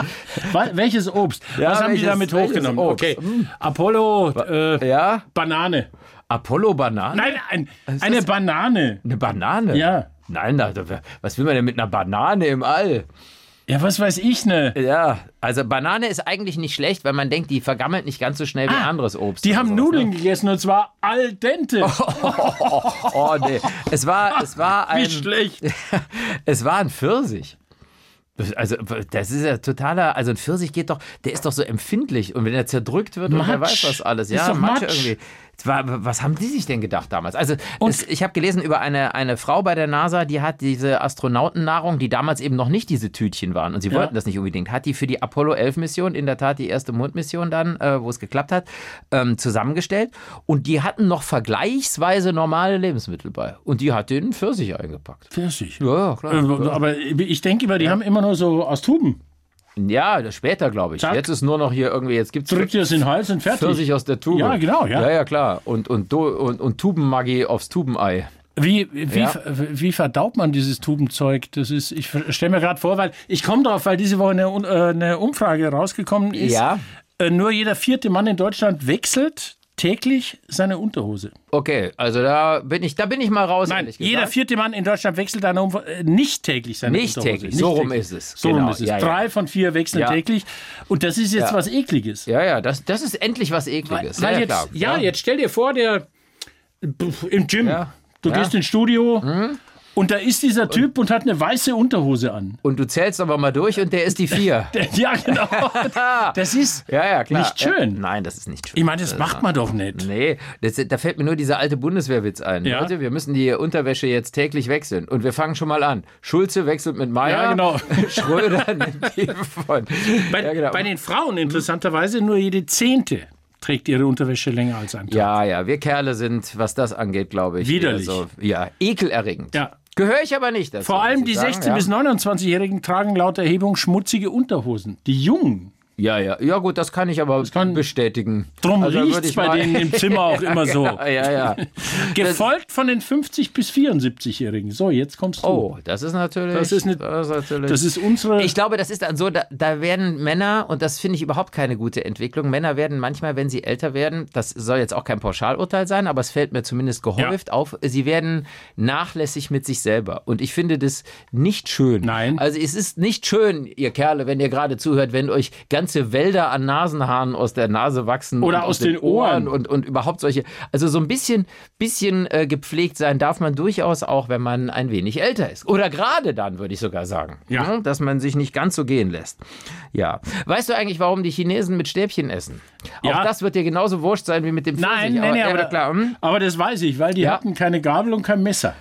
[SPEAKER 3] Wa- Welches Obst?
[SPEAKER 2] Ja,
[SPEAKER 3] Was haben die
[SPEAKER 2] welches-
[SPEAKER 3] damit hochgenommen?
[SPEAKER 2] welches Obst? Hm.
[SPEAKER 3] Okay. Apollo, äh,
[SPEAKER 2] Ja?
[SPEAKER 3] Banane.
[SPEAKER 2] Apollo-Banane?
[SPEAKER 3] Nein, ein, eine Banane.
[SPEAKER 2] Eine Banane?
[SPEAKER 3] Ja.
[SPEAKER 2] Nein, da- da- was will man denn mit einer Banane im All?
[SPEAKER 3] Ja, was weiß ich, ne?
[SPEAKER 2] Ja, also Banane ist eigentlich nicht schlecht, weil man denkt, die vergammelt nicht ganz so schnell wie
[SPEAKER 3] Ah,
[SPEAKER 2] anderes Obst.
[SPEAKER 3] Die
[SPEAKER 2] oder
[SPEAKER 3] haben
[SPEAKER 2] sowas,
[SPEAKER 3] Nudeln gegessen und zwar al dente.
[SPEAKER 2] Ne? Oh nee, es war, es war
[SPEAKER 3] Wie
[SPEAKER 2] ein,
[SPEAKER 3] schlecht.
[SPEAKER 2] es war ein Pfirsich. Das- Also das ist ja totaler, also ein Pfirsich geht doch, der ist doch so empfindlich und wenn er zerdrückt wird und wer
[SPEAKER 3] Matsch.
[SPEAKER 2] weiß was alles,
[SPEAKER 3] Ist
[SPEAKER 2] ja,
[SPEAKER 3] doch
[SPEAKER 2] Matsch
[SPEAKER 3] Matsch.
[SPEAKER 2] irgendwie. Es War, was haben die sich denn gedacht damals? Also es, ich habe gelesen über eine, eine Frau bei der NASA, die hat diese Astronautennahrung, die damals eben noch nicht diese Tütchen waren und sie wollten das nicht unbedingt, hat die für die Apollo 11 Mission, in der Tat die erste Mondmission dann, äh, wo es geklappt hat, ähm, zusammengestellt und die hatten noch vergleichsweise normale Lebensmittel bei und die hat den Pfirsich eingepackt.
[SPEAKER 3] Pfirsich.
[SPEAKER 2] Ja, klar.
[SPEAKER 3] Äh, Aber ich denke immer, die haben immer nur so aus Tuben.
[SPEAKER 2] Ja, das später, glaube ich.
[SPEAKER 3] Zack.
[SPEAKER 2] Jetzt ist nur noch hier irgendwie, jetzt gibt's
[SPEAKER 3] Drückt dir das in den Hals und fertig.
[SPEAKER 2] Pfirsich aus der Tube.
[SPEAKER 3] Ja, genau, ja.
[SPEAKER 2] Ja, ja, klar. Und, und, Do- und, und Tubenmagie aufs Tubenei.
[SPEAKER 3] Wie, wie,
[SPEAKER 2] Ja.
[SPEAKER 3] ver- wie verdaut man dieses Tubenzeug? Das ist, ich stelle mir gerade vor, weil ich komme drauf, weil diese Woche eine, Un- äh, eine Umfrage rausgekommen ist.
[SPEAKER 2] Ja.
[SPEAKER 3] Äh, Nur jeder vierte Mann in Deutschland wechselt täglich seine Unterhose.
[SPEAKER 2] Okay, also da bin ich, da bin ich mal raus.
[SPEAKER 3] Nein,
[SPEAKER 2] ehrlich gesagt.
[SPEAKER 3] jeder vierte Mann in Deutschland wechselt eine Umf äh, nicht täglich seine
[SPEAKER 2] Nicht
[SPEAKER 3] Unterhose.
[SPEAKER 2] täglich, so rum ist es.
[SPEAKER 3] So rum
[SPEAKER 2] Genau,
[SPEAKER 3] ist es.
[SPEAKER 2] ja, ja.
[SPEAKER 3] Drei von vier wechseln
[SPEAKER 2] Ja.
[SPEAKER 3] täglich. Und das ist jetzt was Ekliges.
[SPEAKER 2] Ja, ja, das, das ist endlich was Ekliges.
[SPEAKER 3] Weil
[SPEAKER 2] ja,
[SPEAKER 3] jetzt,
[SPEAKER 2] klar.
[SPEAKER 3] ja, jetzt stell dir vor, der im Gym.
[SPEAKER 2] Ja.
[SPEAKER 3] Du
[SPEAKER 2] Ja. Mhm.
[SPEAKER 3] gehst ins Studio und da ist dieser Typ und hat eine weiße Unterhose an.
[SPEAKER 2] Und du zählst aber mal durch und der ist die vier.
[SPEAKER 3] Ja, genau. Das ist.
[SPEAKER 2] ja, ja, klar.
[SPEAKER 3] Nicht schön.
[SPEAKER 2] Äh, nein, das ist nicht schön.
[SPEAKER 3] Ich meine, das macht man doch nicht.
[SPEAKER 2] Nee, das, da fällt mir nur dieser alte Bundeswehrwitz ein.
[SPEAKER 3] Ja.
[SPEAKER 2] Leute, wir müssen die Unterwäsche jetzt täglich wechseln. Und wir fangen schon mal an. Schulze wechselt mit Meier.
[SPEAKER 3] Ja, genau.
[SPEAKER 2] Schröder nimmt die von.
[SPEAKER 3] Bei,
[SPEAKER 2] ja, genau.
[SPEAKER 3] bei den Frauen interessanterweise nur jede zehnte trägt ihre Unterwäsche länger als ein Tag.
[SPEAKER 2] ja, ja, wir Kerle sind, was das angeht, glaube ich.
[SPEAKER 3] Widerlich.
[SPEAKER 2] Also, ja, ekelerregend.
[SPEAKER 3] Ja.
[SPEAKER 2] Gehöre ich aber nicht dazu.
[SPEAKER 3] Vor allem
[SPEAKER 2] muss ich
[SPEAKER 3] die
[SPEAKER 2] sagen,
[SPEAKER 3] 16-
[SPEAKER 2] ja.
[SPEAKER 3] bis 29-Jährigen tragen laut Erhebung schmutzige Unterhosen. Die Jungen.
[SPEAKER 2] Ja, ja, ja, gut, das kann ich aber
[SPEAKER 3] kann-
[SPEAKER 2] bestätigen.
[SPEAKER 3] Drum
[SPEAKER 2] Also,
[SPEAKER 3] riecht's
[SPEAKER 2] würde ich
[SPEAKER 3] bei
[SPEAKER 2] mal-
[SPEAKER 3] denen im Zimmer auch immer so.
[SPEAKER 2] Ja, ja, ja.
[SPEAKER 3] Gefolgt von den 50- bis 74-Jährigen. So, jetzt kommst du.
[SPEAKER 2] Oh, das ist natürlich.
[SPEAKER 3] Das ist eine-
[SPEAKER 2] das ist natürlich
[SPEAKER 3] Das ist unsere.
[SPEAKER 2] Ich glaube, das ist dann so, da, da werden Männer, und das finde ich überhaupt keine gute Entwicklung, Männer werden manchmal, wenn sie älter werden, das soll jetzt auch kein Pauschalurteil sein, aber es fällt mir zumindest gehäuft auf, sie werden nachlässig mit sich selber. Und ich finde das nicht schön.
[SPEAKER 3] Nein.
[SPEAKER 2] Also es ist nicht schön, ihr Kerle, wenn ihr gerade zuhört, wenn euch ganze Wälder an Nasenhaaren aus der Nase wachsen.
[SPEAKER 3] Oder
[SPEAKER 2] und
[SPEAKER 3] aus den Ohren.
[SPEAKER 2] und, und überhaupt solche. Also so ein bisschen, bisschen äh, gepflegt sein darf man durchaus auch, wenn man ein wenig älter ist. Oder gerade dann, würde ich sogar sagen. ne,
[SPEAKER 3] Ja.
[SPEAKER 2] Dass man sich nicht ganz so gehen lässt. Ja. Weißt du eigentlich, warum die Chinesen mit Stäbchen essen?
[SPEAKER 3] Ja.
[SPEAKER 2] Auch das wird dir genauso wurscht sein wie mit dem
[SPEAKER 3] Nein,
[SPEAKER 2] Pfirsich.
[SPEAKER 3] nein, nein,
[SPEAKER 2] ja,
[SPEAKER 3] aber,
[SPEAKER 2] klar. Hm?
[SPEAKER 3] aber das weiß ich, weil die
[SPEAKER 2] Ja.
[SPEAKER 3] hatten keine Gabel und kein Messer.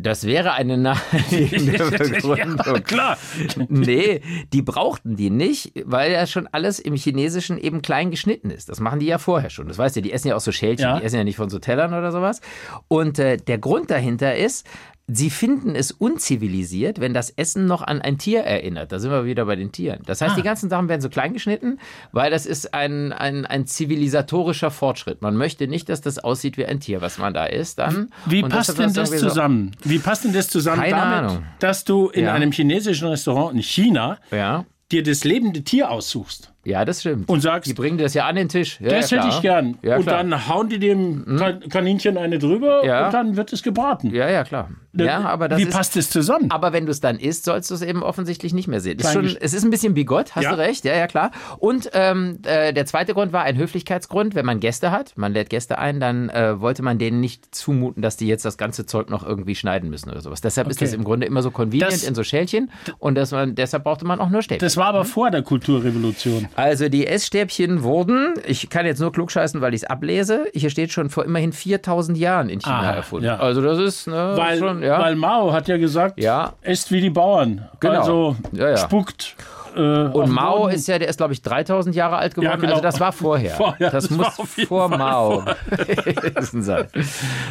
[SPEAKER 2] Das wäre eine naheliegende Begründung.
[SPEAKER 3] klar.
[SPEAKER 2] Nee, die brauchten die nicht, weil ja schon alles im Chinesischen eben klein geschnitten ist. Das machen die ja vorher schon. Das weißt du, die essen ja auch so Schälchen,
[SPEAKER 3] Ja.
[SPEAKER 2] die essen ja nicht von so Tellern oder sowas. Und äh, der Grund dahinter ist, sie finden es unzivilisiert, wenn das Essen noch an ein Tier erinnert. Da sind wir wieder bei den Tieren. Das
[SPEAKER 3] Ah.
[SPEAKER 2] heißt, die ganzen Sachen werden so klein geschnitten, weil das ist ein, ein, ein zivilisatorischer Fortschritt. Man möchte nicht, dass das aussieht wie ein Tier, was man da isst. Dann.
[SPEAKER 3] Wie
[SPEAKER 2] Und
[SPEAKER 3] passt
[SPEAKER 2] hat
[SPEAKER 3] denn das
[SPEAKER 2] irgendwie so-
[SPEAKER 3] zusammen? Wie passt denn das zusammen
[SPEAKER 2] Keine
[SPEAKER 3] damit,
[SPEAKER 2] Ahnung.
[SPEAKER 3] dass du in
[SPEAKER 2] Ja.
[SPEAKER 3] einem chinesischen Restaurant in China
[SPEAKER 2] Ja.
[SPEAKER 3] dir das lebende Tier aussuchst
[SPEAKER 2] Ja, das stimmt.
[SPEAKER 3] und sagst,
[SPEAKER 2] die bringen das ja an den Tisch. Ja,
[SPEAKER 3] das
[SPEAKER 2] ja,
[SPEAKER 3] hätte
[SPEAKER 2] klar.
[SPEAKER 3] ich gern.
[SPEAKER 2] Ja,
[SPEAKER 3] und
[SPEAKER 2] klar. Hm?
[SPEAKER 3] dann hauen die dem Kan- Kaninchen eine drüber
[SPEAKER 2] Ja.
[SPEAKER 3] und dann wird es gebraten.
[SPEAKER 2] Ja, ja, klar. Ja, aber das
[SPEAKER 3] Wie
[SPEAKER 2] ist-
[SPEAKER 3] passt es zusammen?
[SPEAKER 2] Aber wenn du es dann isst, sollst du es eben offensichtlich nicht mehr sehen. Ist
[SPEAKER 3] Klein
[SPEAKER 2] schon,
[SPEAKER 3] gesch-
[SPEAKER 2] es ist ein bisschen bigott, hast
[SPEAKER 3] Ja.
[SPEAKER 2] du recht, ja, ja, klar. Und ähm, äh, der zweite Grund war ein Höflichkeitsgrund, wenn man Gäste hat, man lädt Gäste ein, dann äh, wollte man denen nicht zumuten, dass die jetzt das ganze Zeug noch irgendwie schneiden müssen oder sowas. Deshalb ist
[SPEAKER 3] Okay.
[SPEAKER 2] das im Grunde immer so convenient
[SPEAKER 3] Das-
[SPEAKER 2] in so Schälchen und das man, deshalb brauchte man auch nur Stäbchen.
[SPEAKER 3] das war aber vor der Kulturrevolution.
[SPEAKER 2] Also die Essstäbchen wurden, ich kann jetzt nur klugscheißen, weil ich es ablese, hier steht schon vor immerhin 4000 Jahren in China
[SPEAKER 3] Ah,
[SPEAKER 2] erfunden.
[SPEAKER 3] ja.
[SPEAKER 2] Also das ist ne,
[SPEAKER 3] Weil,
[SPEAKER 2] schon, ja.
[SPEAKER 3] weil Mao hat ja gesagt,
[SPEAKER 2] Ja.
[SPEAKER 3] esst wie die Bauern.
[SPEAKER 2] Genau.
[SPEAKER 3] Also
[SPEAKER 2] Ja, ja.
[SPEAKER 3] spuckt. äh, auf
[SPEAKER 2] Und
[SPEAKER 3] den
[SPEAKER 2] Mao
[SPEAKER 3] Boden.
[SPEAKER 2] ist ja, der ist glaube ich 3000 Jahre alt geworden.
[SPEAKER 3] genau.
[SPEAKER 2] Also das war vorher.
[SPEAKER 3] Vorher,
[SPEAKER 2] das,
[SPEAKER 3] das
[SPEAKER 2] muss
[SPEAKER 3] war auf jeden
[SPEAKER 2] vor
[SPEAKER 3] Fall
[SPEAKER 2] Mao gewesen sein.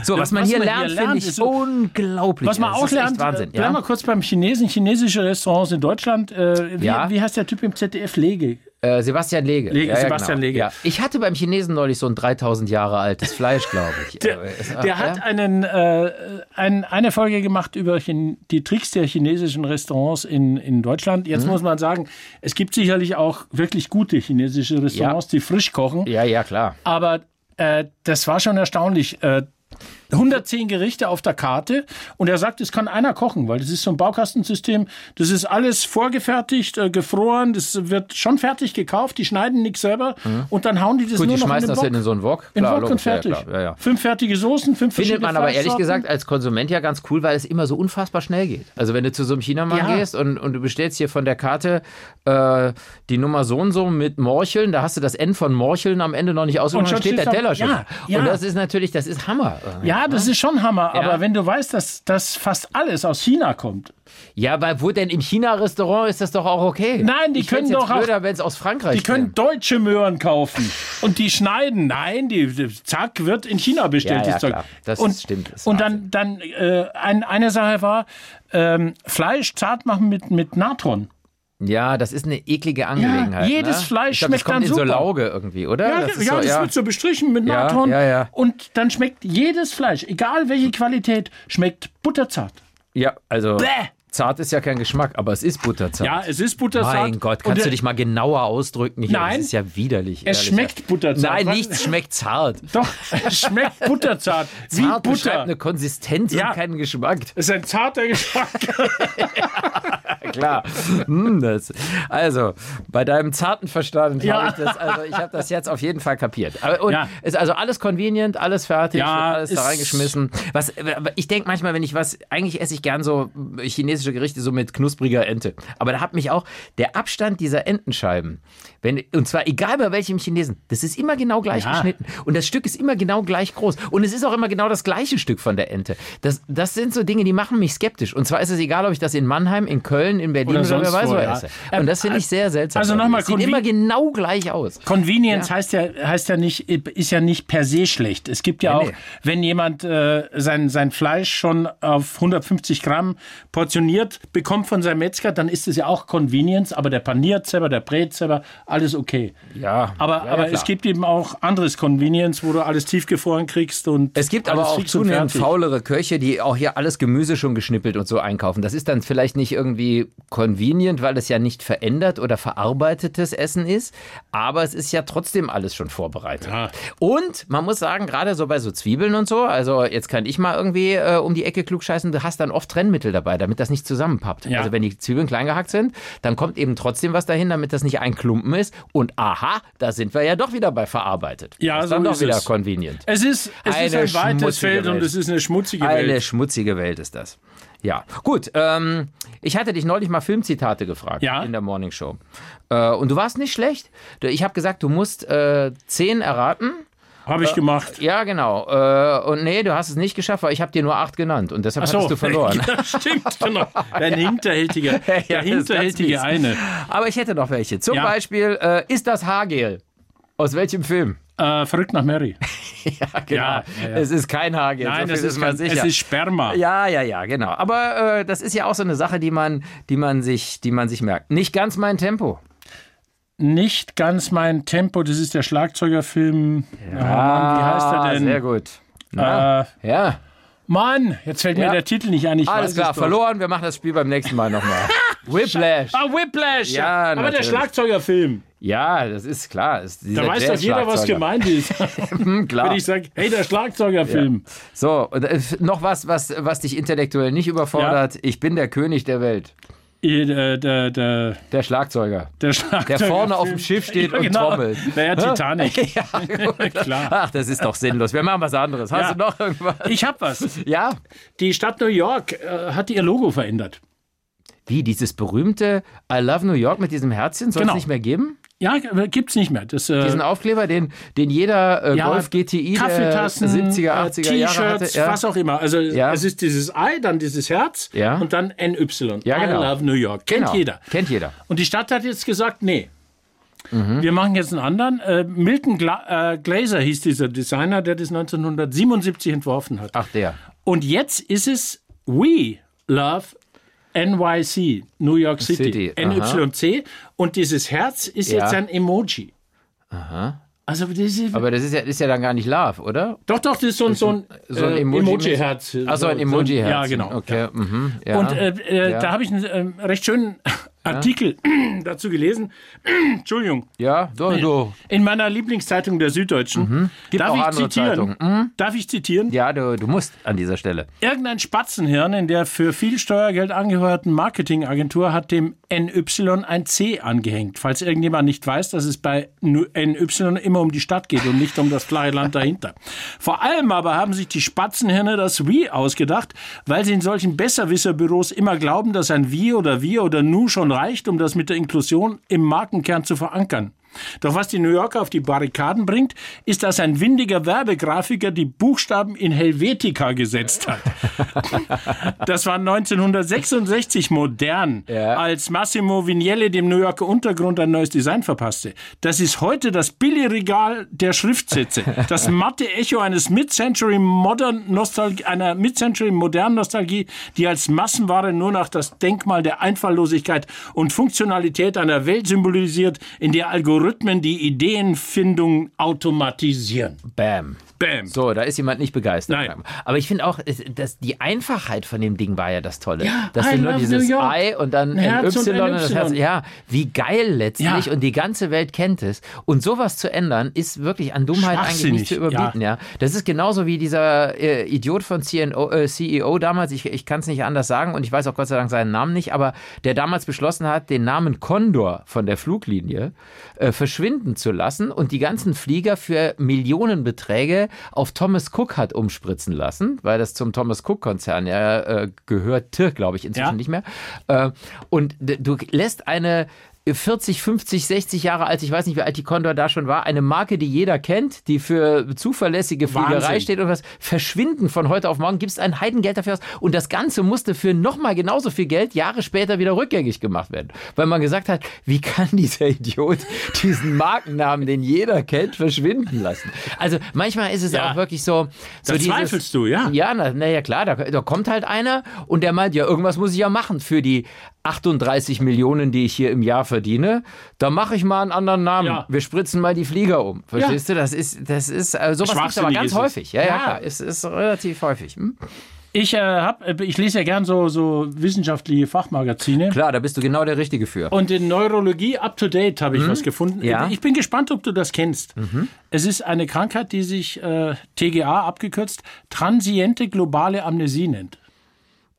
[SPEAKER 2] So, was man
[SPEAKER 3] was
[SPEAKER 2] hier
[SPEAKER 3] man hier
[SPEAKER 2] lernt,
[SPEAKER 3] lernt,
[SPEAKER 2] finde ich
[SPEAKER 3] ist so-
[SPEAKER 2] unglaublich.
[SPEAKER 3] Was man
[SPEAKER 2] Das
[SPEAKER 3] auch
[SPEAKER 2] ist echt
[SPEAKER 3] lernt,
[SPEAKER 2] Wahnsinn.
[SPEAKER 3] äh,
[SPEAKER 2] Ja?
[SPEAKER 3] bleib mal kurz beim Chinesen, chinesische Restaurants in Deutschland. Äh, wie,
[SPEAKER 2] Ja.
[SPEAKER 3] wie heißt der Typ im ZDF? Lege.
[SPEAKER 2] Äh, Sebastian Lege.
[SPEAKER 3] Lege, Sebastian Lege.
[SPEAKER 2] Ja. Ich hatte beim Chinesen neulich so ein 3000 Jahre altes Fleisch, glaube ich. Äh,
[SPEAKER 3] Der, der hat einen, äh, ein, eine Folge gemacht über Chin die Tricks der chinesischen Restaurants in, in Deutschland.
[SPEAKER 2] Mhm.
[SPEAKER 3] Jetzt muss man sagen, es gibt sicherlich auch wirklich gute chinesische Restaurants, die frisch kochen.
[SPEAKER 2] ja, ja, klar.
[SPEAKER 3] Aber äh, das war schon erstaunlich. Äh, 110 Gerichte auf der Karte und er sagt, es kann einer kochen, weil das ist so ein Baukastensystem. Das ist alles vorgefertigt, äh, gefroren, das wird schon fertig gekauft, die schneiden nichts selber und dann hauen die das
[SPEAKER 2] Mhm. Gut,
[SPEAKER 3] nur
[SPEAKER 2] die
[SPEAKER 3] noch in
[SPEAKER 2] schmeißen
[SPEAKER 3] den
[SPEAKER 2] das
[SPEAKER 3] Wok.
[SPEAKER 2] in so einen Wok.
[SPEAKER 3] in
[SPEAKER 2] Klar,
[SPEAKER 3] Wok und
[SPEAKER 2] logisch, ja,
[SPEAKER 3] fertig.
[SPEAKER 2] Ja, klar, ja, ja.
[SPEAKER 3] Fünf fertige Soßen, fünf
[SPEAKER 2] Findet
[SPEAKER 3] verschiedene
[SPEAKER 2] man aber ehrlich
[SPEAKER 3] Fleischsorten.
[SPEAKER 2] gesagt als Konsument ja ganz cool, weil es immer so unfassbar schnell geht. Also wenn du zu so einem Chinamann
[SPEAKER 3] Ja.
[SPEAKER 2] gehst und, und du bestellst hier von der Karte äh, die Nummer so und so mit Morcheln, da hast du das N von Morcheln am Ende noch nicht aus und,
[SPEAKER 3] Und
[SPEAKER 2] schon
[SPEAKER 3] schon
[SPEAKER 2] steht der
[SPEAKER 3] steht's
[SPEAKER 2] Teller
[SPEAKER 3] da-
[SPEAKER 2] schon.
[SPEAKER 3] Ja, ja.
[SPEAKER 2] Und das ist natürlich, das ist Hammer.
[SPEAKER 3] ja, das ist schon Hammer,
[SPEAKER 2] ne? Ja.
[SPEAKER 3] aber wenn du weißt, dass, dass fast alles aus China kommt.
[SPEAKER 2] Ja, aber wo denn im China-Restaurant ist das doch auch okay?
[SPEAKER 3] Nein, die
[SPEAKER 2] ich fänd's
[SPEAKER 3] können
[SPEAKER 2] jetzt
[SPEAKER 3] doch auch-
[SPEAKER 2] blöder, wenn es aus Frankreich
[SPEAKER 3] Die können deutsche Möhren kaufen und die schneiden. Nein, die, die zack, wird in China bestellt,
[SPEAKER 2] Ja, ja,
[SPEAKER 3] das Zeug.
[SPEAKER 2] klar. Das
[SPEAKER 3] und,
[SPEAKER 2] ist- stimmt, das ist
[SPEAKER 3] und dann, dann äh, ein, eine Sache war, ähm, Fleisch zart machen mit, mit Natron.
[SPEAKER 2] Ja, das ist eine eklige Angelegenheit.
[SPEAKER 3] jedes
[SPEAKER 2] ne?
[SPEAKER 3] Fleisch
[SPEAKER 2] ich glaub, das
[SPEAKER 3] schmeckt dann
[SPEAKER 2] kommt in so
[SPEAKER 3] super.
[SPEAKER 2] Lauge irgendwie, oder?
[SPEAKER 3] Ja,
[SPEAKER 2] das
[SPEAKER 3] das,
[SPEAKER 2] ist
[SPEAKER 3] ja,
[SPEAKER 2] so,
[SPEAKER 3] das
[SPEAKER 2] ja.
[SPEAKER 3] wird so bestrichen mit
[SPEAKER 2] Ja,
[SPEAKER 3] Natron.
[SPEAKER 2] ja, ja.
[SPEAKER 3] Und dann schmeckt jedes Fleisch, egal welche Qualität, schmeckt butterzart.
[SPEAKER 2] ja, also
[SPEAKER 3] Bäh!
[SPEAKER 2] zart ist ja kein Geschmack, aber es ist butterzart.
[SPEAKER 3] Ja, es ist butterzart.
[SPEAKER 2] Mein Gott,
[SPEAKER 3] Und
[SPEAKER 2] kannst du
[SPEAKER 3] der-
[SPEAKER 2] dich mal genauer ausdrücken? Hier?
[SPEAKER 3] Nein.
[SPEAKER 2] Das ist ja widerlich.
[SPEAKER 3] Es
[SPEAKER 2] ehrlich.
[SPEAKER 3] schmeckt butterzart.
[SPEAKER 2] Nein, nichts schmeckt zart.
[SPEAKER 3] Doch, es schmeckt butterzart. Wie
[SPEAKER 2] zart beschreibt
[SPEAKER 3] Butter.
[SPEAKER 2] eine Konsistenz
[SPEAKER 3] Ja.
[SPEAKER 2] und keinen Geschmack.
[SPEAKER 3] Es ist ein zarter Geschmack.
[SPEAKER 2] Klar. Hm, das. Also, bei deinem zarten Verstand habe
[SPEAKER 3] Ja.
[SPEAKER 2] ich das, also ich habe das jetzt auf jeden Fall kapiert. Aber, und
[SPEAKER 3] Ja.
[SPEAKER 2] ist also alles convenient, alles fertig,
[SPEAKER 3] Ja,
[SPEAKER 2] wird alles da
[SPEAKER 3] ist-
[SPEAKER 2] reingeschmissen. Was, aber ich denke manchmal, wenn ich was, eigentlich esse ich gern so chinesische Gerichte, so mit knuspriger Ente. Aber da hat mich auch der Abstand dieser Entenscheiben, wenn, und zwar egal bei welchem Chinesen, das ist immer genau gleich
[SPEAKER 3] Ja.
[SPEAKER 2] geschnitten. Und das Stück ist immer genau gleich groß. Und es ist auch immer genau das gleiche Stück von der Ente. Das, das sind so Dinge, die machen mich skeptisch. Und zwar ist es egal, ob ich das in Mannheim, in Köln, in Berlin
[SPEAKER 3] Oder
[SPEAKER 2] oder, wer
[SPEAKER 3] sonst
[SPEAKER 2] weiß
[SPEAKER 3] wo,
[SPEAKER 2] wo
[SPEAKER 3] ja.
[SPEAKER 2] esse. Und das finde ich sehr seltsam.
[SPEAKER 3] also nochmal,
[SPEAKER 2] Es sieht
[SPEAKER 3] Convi-
[SPEAKER 2] immer genau gleich aus.
[SPEAKER 3] Convenience heißt ja heißt ja nicht ist ja nicht per se schlecht. Es gibt ja
[SPEAKER 2] Nee,
[SPEAKER 3] auch,
[SPEAKER 2] nee.
[SPEAKER 3] wenn jemand äh, sein sein Fleisch schon auf 150 Gramm portioniert bekommt von seinem Metzger, dann ist es ja auch Convenience. Aber der paniert selber, der brät selber, alles okay.
[SPEAKER 2] Ja,
[SPEAKER 3] Aber
[SPEAKER 2] ja, ja,
[SPEAKER 3] aber
[SPEAKER 2] klar.
[SPEAKER 3] es gibt eben auch anderes Convenience, wo du alles tiefgefroren kriegst und
[SPEAKER 2] Es gibt aber
[SPEAKER 3] alles
[SPEAKER 2] auch
[SPEAKER 3] fix und
[SPEAKER 2] zunehmend
[SPEAKER 3] fertig.
[SPEAKER 2] faulere Köche, die auch hier alles Gemüse schon geschnippelt und so einkaufen. Das ist dann vielleicht nicht irgendwie convenient, weil es ja nicht verändert oder verarbeitetes Essen ist, aber es ist ja trotzdem alles schon vorbereitet.
[SPEAKER 3] Ja.
[SPEAKER 2] Und man muss sagen, gerade so bei so Zwiebeln und so, also jetzt kann ich mal irgendwie äh, um die Ecke klugscheißen, du hast dann oft Trennmittel dabei, damit das nicht zusammenpappt.
[SPEAKER 3] Ja.
[SPEAKER 2] Also wenn die Zwiebeln klein gehackt sind, dann kommt eben trotzdem was dahin, damit das nicht ein Klumpen ist. Und aha, da sind wir ja doch wieder bei verarbeitet.
[SPEAKER 3] Ja,
[SPEAKER 2] das ist dann
[SPEAKER 3] so
[SPEAKER 2] doch
[SPEAKER 3] ist
[SPEAKER 2] wieder
[SPEAKER 3] es.
[SPEAKER 2] convenient.
[SPEAKER 3] Es ist es
[SPEAKER 2] Eine
[SPEAKER 3] ist ein weites
[SPEAKER 2] schmutzige
[SPEAKER 3] Feld und
[SPEAKER 2] Welt.
[SPEAKER 3] es ist eine schmutzige
[SPEAKER 2] Eine
[SPEAKER 3] Welt.
[SPEAKER 2] schmutzige Welt ist das. Ja, gut. Ähm, ich hatte dich neulich mal Filmzitate gefragt
[SPEAKER 3] Ja.
[SPEAKER 2] in der Morning Show. Äh, und du warst nicht schlecht. Du- Ich habe gesagt, du musst äh, zehn erraten.
[SPEAKER 3] Habe ich gemacht.
[SPEAKER 2] Ja, genau. Äh, und nee, du hast es nicht geschafft, weil ich habe dir nur acht genannt. Und deshalb
[SPEAKER 3] So.
[SPEAKER 2] hattest du verloren.
[SPEAKER 3] Ja, stimmt, genau. Dein hinterhältiger, der
[SPEAKER 2] das ist ganz
[SPEAKER 3] hinterhältige
[SPEAKER 2] mies.
[SPEAKER 3] eine.
[SPEAKER 2] Aber ich hätte noch welche. Zum
[SPEAKER 3] Ja.
[SPEAKER 2] Beispiel, äh, ist das Haargel? Aus welchem Film?
[SPEAKER 3] Äh, verrückt nach Mary.
[SPEAKER 2] Ja, genau.
[SPEAKER 3] Ja, ja, ja.
[SPEAKER 2] Es ist kein Haargel. so
[SPEAKER 3] Nein,
[SPEAKER 2] viel
[SPEAKER 3] es ist,
[SPEAKER 2] man
[SPEAKER 3] kein, es
[SPEAKER 2] sicher.
[SPEAKER 3] ist Sperma.
[SPEAKER 2] Ja, ja, ja, genau. Aber äh, das ist ja auch so eine Sache, die man, die man sich, die man sich merkt. Nicht ganz mein Tempo.
[SPEAKER 3] Nicht ganz mein Tempo, das ist der Schlagzeugerfilm. Ja, Mann, Ah, wie heißt er denn?
[SPEAKER 2] Sehr gut. Na?
[SPEAKER 3] Äh,
[SPEAKER 2] ja.
[SPEAKER 3] Mann, jetzt fällt
[SPEAKER 2] Ja.
[SPEAKER 3] mir der Titel nicht ein. Ich
[SPEAKER 2] Alles
[SPEAKER 3] weiß
[SPEAKER 2] klar,
[SPEAKER 3] es doch.
[SPEAKER 2] verloren. Wir machen das Spiel beim nächsten Mal nochmal. Whiplash.
[SPEAKER 3] Ah, Whiplash.
[SPEAKER 2] Ja,
[SPEAKER 3] Aber der
[SPEAKER 2] natürlich.
[SPEAKER 3] Schlagzeugerfilm.
[SPEAKER 2] Ja, das ist klar. Das ist
[SPEAKER 3] Da
[SPEAKER 2] dieser
[SPEAKER 3] weiß doch jeder, was
[SPEAKER 2] Jazz-Schlagzeuger.
[SPEAKER 3] gemeint ist.
[SPEAKER 2] Hm, klar.
[SPEAKER 3] Wenn ich sage, hey, der Schlagzeugerfilm.
[SPEAKER 2] So, und, äh, noch was, was, was dich intellektuell nicht überfordert. Ich bin der König der Welt.
[SPEAKER 3] Äh, Der, der, der,
[SPEAKER 2] Der Schlagzeuger.
[SPEAKER 3] der Schlagzeugerfilm.
[SPEAKER 2] vorne auf dem Schiff steht und trommelt.
[SPEAKER 3] genau. Naja, Titanic.
[SPEAKER 2] Ja, gut.
[SPEAKER 3] Klar.
[SPEAKER 2] Ach, das ist doch sinnlos. Wir machen was anderes. Hast
[SPEAKER 3] Ja.
[SPEAKER 2] du noch irgendwas?
[SPEAKER 3] Ich hab was.
[SPEAKER 2] Ja.
[SPEAKER 3] Die Stadt New York äh, hat ihr Logo verändert.
[SPEAKER 2] Wie, dieses berühmte I Love New York mit diesem Herzchen soll es
[SPEAKER 3] Genau.
[SPEAKER 2] nicht mehr geben?
[SPEAKER 3] Ja, gibt's nicht mehr. Das, äh,
[SPEAKER 2] Diesen Aufkleber, den, den jeder äh,
[SPEAKER 3] ja,
[SPEAKER 2] Golf GTI der
[SPEAKER 3] Kaffeetassen,
[SPEAKER 2] 70er,
[SPEAKER 3] äh,
[SPEAKER 2] 80er Jahre hatte.
[SPEAKER 3] T-Shirts,
[SPEAKER 2] Ja.
[SPEAKER 3] was auch immer. Also
[SPEAKER 2] Ja.
[SPEAKER 3] es ist dieses I, dann dieses Herz
[SPEAKER 2] Ja.
[SPEAKER 3] und dann NY.
[SPEAKER 2] Ja, genau.
[SPEAKER 3] I love New York. Kennt
[SPEAKER 2] Genau.
[SPEAKER 3] jeder.
[SPEAKER 2] Kennt jeder.
[SPEAKER 3] Und die Stadt hat jetzt gesagt, nee.
[SPEAKER 2] Mhm.
[SPEAKER 3] Wir machen jetzt einen anderen. Äh, Milton Gla äh, Glaser hieß dieser Designer, der das 1977 entworfen hat.
[SPEAKER 2] Ach, der.
[SPEAKER 3] Und jetzt ist es We Love NYC, New York City,
[SPEAKER 2] City, aha.
[SPEAKER 3] NYC. Und dieses Herz ist
[SPEAKER 2] Ja.
[SPEAKER 3] jetzt ein Emoji. Also das ist,
[SPEAKER 2] Aber das ist ja, ist ja dann gar nicht Love, oder?
[SPEAKER 3] doch, doch, das ist so ein, so ein,
[SPEAKER 2] so ein
[SPEAKER 3] äh,
[SPEAKER 2] Emoji-
[SPEAKER 3] Emoji-Herz.
[SPEAKER 2] Ach so, ein Emoji-Herz.
[SPEAKER 3] Ja, genau.
[SPEAKER 2] Okay, ja. Mhm, ja.
[SPEAKER 3] Und äh, äh,
[SPEAKER 2] Ja.
[SPEAKER 3] da habe ich einen ähm, recht schönen Artikel dazu gelesen. Entschuldigung.
[SPEAKER 2] ja, du, du.
[SPEAKER 3] In meiner Lieblingszeitung der Süddeutschen. Darf,
[SPEAKER 2] Mhm. auch
[SPEAKER 3] ich
[SPEAKER 2] andere Mhm.
[SPEAKER 3] zitieren? Darf ich zitieren?
[SPEAKER 2] Ja, du, du musst an dieser Stelle.
[SPEAKER 3] Irgendein Spatzenhirn in der für viel Steuergeld angehörten Marketingagentur hat dem NY ein C angehängt. Falls irgendjemand nicht weiß, dass es bei NY immer um die Stadt geht und nicht um das flache Land dahinter. Vor allem aber haben sich die Spatzenhirne das Wie ausgedacht, weil sie in solchen Besserwisserbüros immer glauben, dass ein Wie oder Wir oder Nu schon reicht, um das mit der Inklusion im Markenkern zu verankern. Doch was die New Yorker auf die Barrikaden bringt, ist, dass ein windiger Werbegrafiker die Buchstaben in Helvetica gesetzt hat. Das war 1966 modern,
[SPEAKER 2] Ja.
[SPEAKER 3] als Massimo Vignelli dem New Yorker Untergrund ein neues Design verpasste. Das ist heute das Billigregal der Schriftsätze, das matte Echo eines Mid-Century Modern Nostalgie, einer Mid-Century modernen Nostalgie, die als Massenware nur noch das Denkmal der Einfalllosigkeit und Funktionalität einer Welt symbolisiert, in der Algorithmen die Ideenfindung automatisieren.
[SPEAKER 2] Bam.
[SPEAKER 3] Bam.
[SPEAKER 2] So, da ist jemand nicht begeistert.
[SPEAKER 3] Nein.
[SPEAKER 2] Aber ich finde auch, es- dass die Einfachheit von dem Ding war ja das Tolle.
[SPEAKER 3] Ja,
[SPEAKER 2] dass
[SPEAKER 3] I
[SPEAKER 2] du nur
[SPEAKER 3] love
[SPEAKER 2] dieses
[SPEAKER 3] New York.
[SPEAKER 2] I und dann
[SPEAKER 3] Ein Herz
[SPEAKER 2] NY
[SPEAKER 3] und
[SPEAKER 2] und,
[SPEAKER 3] ein
[SPEAKER 2] das
[SPEAKER 3] Y.
[SPEAKER 2] Herz. Ja, wie geil letztlich
[SPEAKER 3] Ja.
[SPEAKER 2] und die ganze Welt kennt es. Und sowas zu ändern, ist wirklich an Dummheit eigentlich nicht
[SPEAKER 3] Schwachsinnig,
[SPEAKER 2] zu überbieten. Ja. Das ist genauso wie dieser äh, Idiot von CNO, äh, CEO damals, ich, ich kann es nicht anders sagen und ich weiß auch Gott sei Dank seinen Namen nicht, aber der damals beschlossen hat, den Namen Condor von der Fluglinie äh, verschwinden zu lassen und die ganzen Flieger für Millionenbeträge auf Thomas Cook hat umspritzen lassen, weil das zum Thomas Cook-Konzern ja äh, gehörte, glaube ich, inzwischen
[SPEAKER 3] Ja.
[SPEAKER 2] nicht mehr. Äh, und d- du lässt eine 40, 50, 60 Jahre alt, ich weiß nicht, wie alt die Condor da schon war, eine Marke, die jeder kennt, die für zuverlässige Fliegerei
[SPEAKER 3] Wahnsinn.
[SPEAKER 2] steht und was, verschwinden von heute auf morgen, gibst ein Heidengeld dafür aus und das Ganze musste für nochmal genauso viel Geld Jahre später wieder rückgängig gemacht werden, weil man gesagt hat, wie kann dieser Idiot diesen Markennamen, den jeder kennt, verschwinden lassen. Also manchmal ist es
[SPEAKER 3] Ja.
[SPEAKER 2] auch wirklich so, so
[SPEAKER 3] Da
[SPEAKER 2] dieses-
[SPEAKER 3] zweifelst du, ja.
[SPEAKER 2] ja, na, na ja, klar, da, da kommt halt einer und der meint, ja, irgendwas muss ich ja machen für die 38 Millionen, die ich hier im Jahr verdiene. Da mache ich mal einen anderen Namen.
[SPEAKER 3] Ja.
[SPEAKER 2] Wir spritzen mal die Flieger um. Verstehst du? Das ist, das ist, äh, sowas gibt's aber
[SPEAKER 3] Schwachsinnig
[SPEAKER 2] ganz
[SPEAKER 3] ist es.
[SPEAKER 2] häufig. Ja, ja,
[SPEAKER 3] Ja.
[SPEAKER 2] klar. Es ist relativ häufig. Hm?
[SPEAKER 3] Ich, äh, hab, äh, ich lese ja gern so, so wissenschaftliche Fachmagazine.
[SPEAKER 2] Klar, da bist du genau der Richtige für.
[SPEAKER 3] Und in Neurologie up to date habe ich was gefunden.
[SPEAKER 2] Ja.
[SPEAKER 3] Ich bin gespannt, ob du das kennst. Es ist eine Krankheit, die sich äh, TGA abgekürzt transiente globale Amnesie nennt.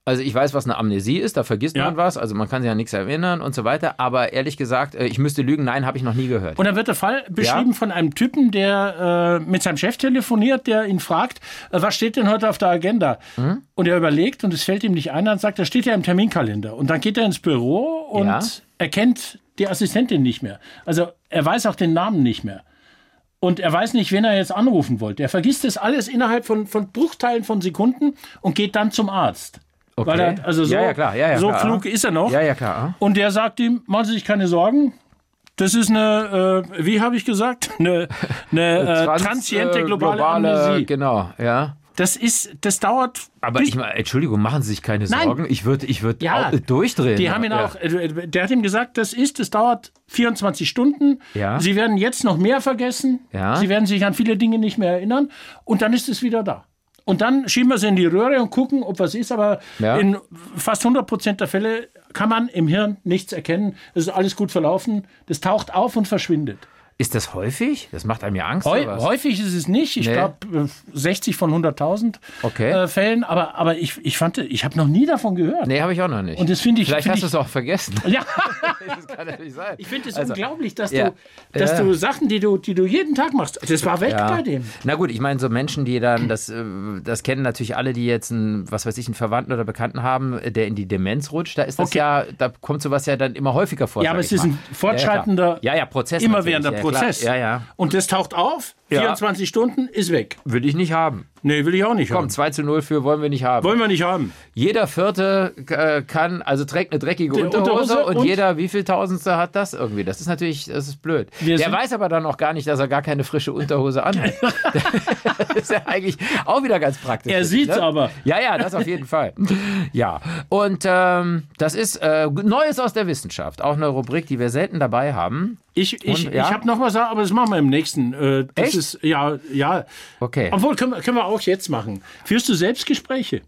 [SPEAKER 2] Also ich weiß, was eine Amnesie ist, da vergisst
[SPEAKER 3] Ja.
[SPEAKER 2] man was, also man kann sich an nichts erinnern und so weiter, aber ehrlich gesagt, äh, ich müsste lügen, nein, habe ich noch nie gehört.
[SPEAKER 3] Und dann wird der Fall beschrieben von einem Typen, der äh, mit seinem Chef telefoniert, der ihn fragt, äh, was steht denn heute auf der Agenda?
[SPEAKER 2] Hm?
[SPEAKER 3] Und er überlegt und es fällt ihm nicht ein, dann sagt er, steht ja im Terminkalender. Und dann geht er ins Büro und
[SPEAKER 2] Ja.
[SPEAKER 3] erkennt die Assistentin nicht mehr. Also er weiß auch den Namen nicht mehr. Und er weiß nicht, wen er jetzt anrufen wollte. Er vergisst das alles innerhalb von, von Bruchteilen von Sekunden und geht dann zum Arzt.
[SPEAKER 2] Okay.
[SPEAKER 3] Weil er, also so,
[SPEAKER 2] Ja, ja, klar. Ja, ja,
[SPEAKER 3] so
[SPEAKER 2] klar.
[SPEAKER 3] klug ist er noch.
[SPEAKER 2] Ja, ja, klar.
[SPEAKER 3] Und der sagt ihm, machen Sie sich keine Sorgen. Das ist eine, äh, wie habe ich gesagt, eine, eine äh,
[SPEAKER 2] Trans-
[SPEAKER 3] transiente
[SPEAKER 2] äh,
[SPEAKER 3] globale, Amnesie.
[SPEAKER 2] Genau, ja.
[SPEAKER 3] Das ist, das dauert.
[SPEAKER 2] Aber
[SPEAKER 3] bis-
[SPEAKER 2] ich meine, Entschuldigung, machen Sie sich keine
[SPEAKER 3] Nein.
[SPEAKER 2] Sorgen. Ich würde ich würd
[SPEAKER 3] Ja.
[SPEAKER 2] auch durchdrehen.
[SPEAKER 3] die haben ihn
[SPEAKER 2] Ja.
[SPEAKER 3] auch, äh, der hat ihm gesagt, das ist, das dauert 24 Stunden.
[SPEAKER 2] Ja.
[SPEAKER 3] Sie werden jetzt noch mehr vergessen.
[SPEAKER 2] Ja.
[SPEAKER 3] Sie werden sich an viele Dinge nicht mehr erinnern. Und dann ist es wieder da. Und dann schieben wir sie in die Röhre und gucken, ob was ist. Aber
[SPEAKER 2] Ja.
[SPEAKER 3] in fast 100 Prozent der Fälle kann man im Hirn nichts erkennen. Es ist alles gut verlaufen. Das taucht auf und verschwindet.
[SPEAKER 2] Ist das häufig? Das macht einem ja Angst.
[SPEAKER 3] Häu
[SPEAKER 2] oder was?
[SPEAKER 3] häufig ist es nicht. Ich
[SPEAKER 2] Nee.
[SPEAKER 3] glaube 60 von 100.000
[SPEAKER 2] Okay.
[SPEAKER 3] äh, Fällen. Aber, aber ich, ich fand, ich habe noch nie davon gehört.
[SPEAKER 2] Nee, habe ich auch noch nicht.
[SPEAKER 3] Und das finde ich-
[SPEAKER 2] Vielleicht
[SPEAKER 3] find
[SPEAKER 2] hast
[SPEAKER 3] ich-
[SPEAKER 2] du es auch vergessen.
[SPEAKER 3] Ja.
[SPEAKER 2] das kann natürlich sein. Also,
[SPEAKER 3] Ich finde es unglaublich, dass,
[SPEAKER 2] ja.
[SPEAKER 3] du, dass
[SPEAKER 2] Ja.
[SPEAKER 3] du Sachen, die du, die du jeden Tag machst, das war weg
[SPEAKER 2] Ja.
[SPEAKER 3] bei dem.
[SPEAKER 2] Na gut, ich meine, so Menschen, die dann, das, äh, das kennen natürlich alle, die jetzt einen, was weiß ich, einen Verwandten oder Bekannten haben, äh, der in die Demenz rutscht, da ist das
[SPEAKER 3] Okay.
[SPEAKER 2] ja, da kommt sowas ja dann immer häufiger vor.
[SPEAKER 3] Ja,
[SPEAKER 2] sag
[SPEAKER 3] aber
[SPEAKER 2] ich
[SPEAKER 3] es ist
[SPEAKER 2] mal.
[SPEAKER 3] ein fortschreitender,
[SPEAKER 2] Ja, ja, Prozess.
[SPEAKER 3] immerwährender
[SPEAKER 2] natürlich, ja,
[SPEAKER 3] Prozess.
[SPEAKER 2] Klar. Ja, ja.
[SPEAKER 3] Und das taucht auf,
[SPEAKER 2] Ja.
[SPEAKER 3] 24 Stunden, ist weg.
[SPEAKER 2] Würde ich nicht haben.
[SPEAKER 3] Nee, will ich auch nicht
[SPEAKER 2] Komm,
[SPEAKER 3] haben.
[SPEAKER 2] 2 zu 0 für wollen wir nicht haben.
[SPEAKER 3] Wollen wir nicht haben.
[SPEAKER 2] jeder Vierte äh, kann, also trägt eine dreckige
[SPEAKER 3] Die
[SPEAKER 2] Unterhose,
[SPEAKER 3] Unterhose
[SPEAKER 2] und,
[SPEAKER 3] und-
[SPEAKER 2] jeder, wie viel Tausendste hat das irgendwie? Das ist natürlich, das ist blöd.
[SPEAKER 3] Wir
[SPEAKER 2] Der
[SPEAKER 3] sind-
[SPEAKER 2] weiß aber dann auch gar nicht, dass er gar keine frische Unterhose anhat. das ist ja eigentlich auch wieder ganz praktisch.
[SPEAKER 3] Er
[SPEAKER 2] finde ich,
[SPEAKER 3] sieht's aber.
[SPEAKER 2] Ja, ja, das auf jeden Fall. Ja, und ähm, das ist äh, Neues aus der Wissenschaft. Auch eine Rubrik, die wir selten dabei haben.
[SPEAKER 3] Ich, ich,
[SPEAKER 2] Und, ja?
[SPEAKER 3] ich habe noch was, aber das machen wir im nächsten. Äh, das
[SPEAKER 2] Echt?
[SPEAKER 3] ist ja, ja.
[SPEAKER 2] Okay.
[SPEAKER 3] Obwohl können wir, können wir auch jetzt machen. Führst du Selbstgespräche?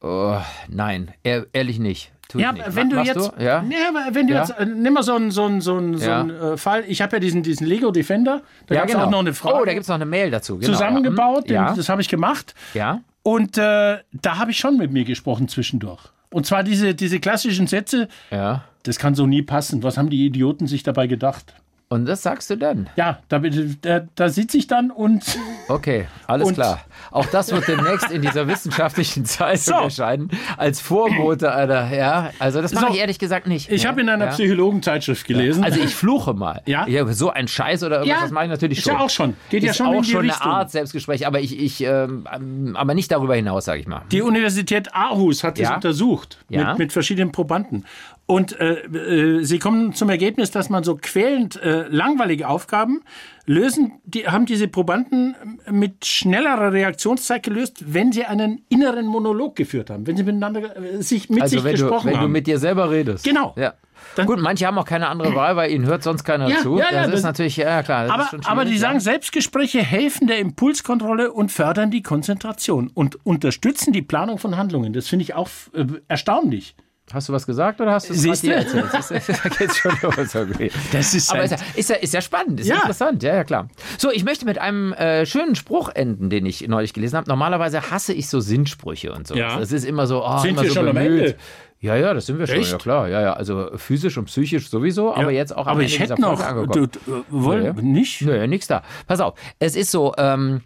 [SPEAKER 2] Oh, nein, ehr- ehrlich nicht. Tu ich
[SPEAKER 3] Ja,
[SPEAKER 2] nicht.
[SPEAKER 3] wenn du
[SPEAKER 2] Machst
[SPEAKER 3] jetzt,
[SPEAKER 2] Ja?
[SPEAKER 3] Nee, aber wenn du
[SPEAKER 2] Ja.
[SPEAKER 3] jetzt, äh, nimm mal so einen so einen- so einen- so
[SPEAKER 2] Ja.
[SPEAKER 3] einen, äh, Fall. Ich habe ja diesen, diesen Lego Defender. Da
[SPEAKER 2] ja,
[SPEAKER 3] gab's
[SPEAKER 2] genau.
[SPEAKER 3] auch noch eine Frage.
[SPEAKER 2] Oh, da gibt es noch eine Mail dazu. Genau,
[SPEAKER 3] zusammengebaut.
[SPEAKER 2] Ja.
[SPEAKER 3] Den,
[SPEAKER 2] Hm,
[SPEAKER 3] das habe ich gemacht.
[SPEAKER 2] ja. ja.
[SPEAKER 3] Und äh, da habe ich schon mit mir gesprochen zwischendurch. Und zwar diese, diese klassischen Sätze,
[SPEAKER 2] Ja.
[SPEAKER 3] das kann so nie passen. Was haben die Idioten sich dabei gedacht?
[SPEAKER 2] Und das sagst du dann.
[SPEAKER 3] Ja, da, da, da sitze ich dann und
[SPEAKER 2] Okay, alles
[SPEAKER 3] Und-
[SPEAKER 2] klar. Auch das wird demnächst in dieser wissenschaftlichen Zeitung
[SPEAKER 3] So.
[SPEAKER 2] erscheinen. Als Vorbote einer, ja. Also das mache
[SPEAKER 3] So.
[SPEAKER 2] ich ehrlich gesagt nicht.
[SPEAKER 3] ich
[SPEAKER 2] Ja,
[SPEAKER 3] habe in einer
[SPEAKER 2] ja.
[SPEAKER 3] Psychologenzeitschrift gelesen.
[SPEAKER 2] Also ich fluche mal.
[SPEAKER 3] Ja?
[SPEAKER 2] Ich habe so ein Scheiß oder irgendwas,
[SPEAKER 3] Ja,
[SPEAKER 2] das mache ich natürlich
[SPEAKER 3] ist
[SPEAKER 2] schon.
[SPEAKER 3] ja auch schon. Geht ja
[SPEAKER 2] ist
[SPEAKER 3] schon
[SPEAKER 2] auch
[SPEAKER 3] in die
[SPEAKER 2] schon
[SPEAKER 3] Richtung.
[SPEAKER 2] eine Art Selbstgespräch, aber ich, ich ähm, aber nicht darüber hinaus, sage ich mal.
[SPEAKER 3] Die Universität Aarhus hat das
[SPEAKER 2] Hm? Ja.
[SPEAKER 3] untersucht
[SPEAKER 2] Ja.
[SPEAKER 3] mit, mit verschiedenen Probanden. Und äh, äh, sie kommen zum Ergebnis, dass man so quälend äh, langweilige Aufgaben lösen, die haben diese Probanden ähm, mit schnellerer Reaktionszeit gelöst, wenn sie einen inneren Monolog geführt haben, wenn sie miteinander äh, sich mit
[SPEAKER 2] Also
[SPEAKER 3] sich
[SPEAKER 2] wenn du,
[SPEAKER 3] gesprochen
[SPEAKER 2] wenn
[SPEAKER 3] haben.
[SPEAKER 2] du mit dir selber redest.
[SPEAKER 3] Genau.
[SPEAKER 2] Ja.
[SPEAKER 3] Dann-
[SPEAKER 2] Gut, manche haben auch keine andere Wahl, weil ihnen hört sonst keiner
[SPEAKER 3] Ja,
[SPEAKER 2] zu.
[SPEAKER 3] ja, ja,
[SPEAKER 2] das, ist
[SPEAKER 3] das-
[SPEAKER 2] natürlich, ja klar. Das
[SPEAKER 3] aber,
[SPEAKER 2] ist schon
[SPEAKER 3] aber die
[SPEAKER 2] schwierig,
[SPEAKER 3] sagen,
[SPEAKER 2] ja.
[SPEAKER 3] Selbstgespräche helfen der Impulskontrolle und fördern die Konzentration und unterstützen die Planung von Handlungen. Das finde ich auch äh, erstaunlich.
[SPEAKER 2] Hast du was gesagt oder hast du es
[SPEAKER 3] Siehst
[SPEAKER 2] gerade
[SPEAKER 3] du?
[SPEAKER 2] dir erzählt? Siehst du? Da geht's schon los. irgendwie.
[SPEAKER 3] Das ist
[SPEAKER 2] Aber
[SPEAKER 3] ein-
[SPEAKER 2] ist ja, ist, ja, ist ja spannend, ist ja.
[SPEAKER 3] Ja.
[SPEAKER 2] interessant, ja, ja, klar. So, ich möchte mit einem äh, schönen Spruch enden, den ich neulich gelesen habe. Normalerweise hasse ich so Sinnsprüche und so.
[SPEAKER 3] Ja.
[SPEAKER 2] Das ist immer so, oh,
[SPEAKER 3] Sind
[SPEAKER 2] immer
[SPEAKER 3] wir
[SPEAKER 2] so
[SPEAKER 3] schon am
[SPEAKER 2] bemüht.
[SPEAKER 3] Ende?
[SPEAKER 2] Ja, ja, das sind wir schon,
[SPEAKER 3] Echt?
[SPEAKER 2] ja klar. Ja, ja, also physisch und psychisch sowieso, aber
[SPEAKER 3] Ja,
[SPEAKER 2] jetzt auch am
[SPEAKER 3] Aber
[SPEAKER 2] Ende
[SPEAKER 3] ich
[SPEAKER 2] dieser
[SPEAKER 3] hätte noch.
[SPEAKER 2] Folge angekommen.
[SPEAKER 3] Du, du, äh, wollen, Nicht?
[SPEAKER 2] Nö, nix da. Pass auf, es ist so, ähm,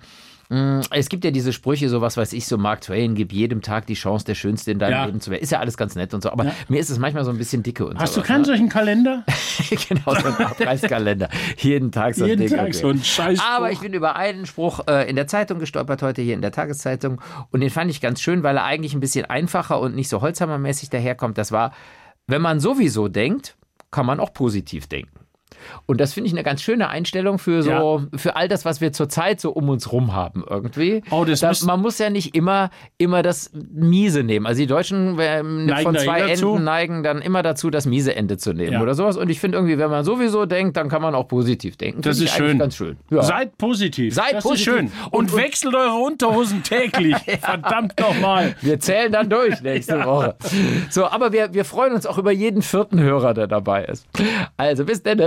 [SPEAKER 2] mh, es gibt ja diese Sprüche, so was weiß ich, so Mark Twain, gib jedem Tag die Chance, der Schönste in deinem
[SPEAKER 3] Ja.
[SPEAKER 2] Leben zu werden. Ist ja alles ganz nett und so, aber mir ist es manchmal so ein bisschen dicke und
[SPEAKER 3] Hast
[SPEAKER 2] so.
[SPEAKER 3] du keinen solchen Kalender?
[SPEAKER 2] genau, so ein Abreißkalender. Jeden Tag so ein
[SPEAKER 3] Jeden
[SPEAKER 2] Ding.
[SPEAKER 3] Tag so ein Scheiß.
[SPEAKER 2] Aber ich bin über einen Spruch äh, in der Zeitung gestolpert, heute hier in der Tageszeitung. Und den fand ich ganz schön, weil er eigentlich ein bisschen einfacher und nicht so holzhammermäßig daherkommt. Das war, wenn man sowieso denkt, kann man auch positiv denken. Und das finde ich eine ganz schöne Einstellung für so für all das, was wir zurzeit so um uns rum haben irgendwie.
[SPEAKER 3] Oh, das
[SPEAKER 2] da,
[SPEAKER 3] müsst-
[SPEAKER 2] man muss ja nicht immer immer das Miese nehmen. Also die Deutschen ähm,
[SPEAKER 3] Neigen
[SPEAKER 2] von
[SPEAKER 3] da
[SPEAKER 2] zwei
[SPEAKER 3] eh
[SPEAKER 2] Enden
[SPEAKER 3] dazu.
[SPEAKER 2] neigen dann immer dazu, das miese Ende zu nehmen
[SPEAKER 3] Ja.
[SPEAKER 2] oder sowas. Und ich finde irgendwie, wenn man sowieso denkt, dann kann man auch positiv denken.
[SPEAKER 3] Das
[SPEAKER 2] Finde
[SPEAKER 3] ist
[SPEAKER 2] ich eigentlich
[SPEAKER 3] schön.
[SPEAKER 2] Ganz schön. Ja.
[SPEAKER 3] Seid positiv.
[SPEAKER 2] Seid
[SPEAKER 3] das
[SPEAKER 2] positiv.
[SPEAKER 3] Ist schön. Und, wechselt eure Unterhosen täglich. Verdammt nochmal.
[SPEAKER 2] wir zählen dann durch nächste Woche. So, aber wir, wir freuen uns auch über jeden vierten Hörer, der dabei ist. Also bis dann.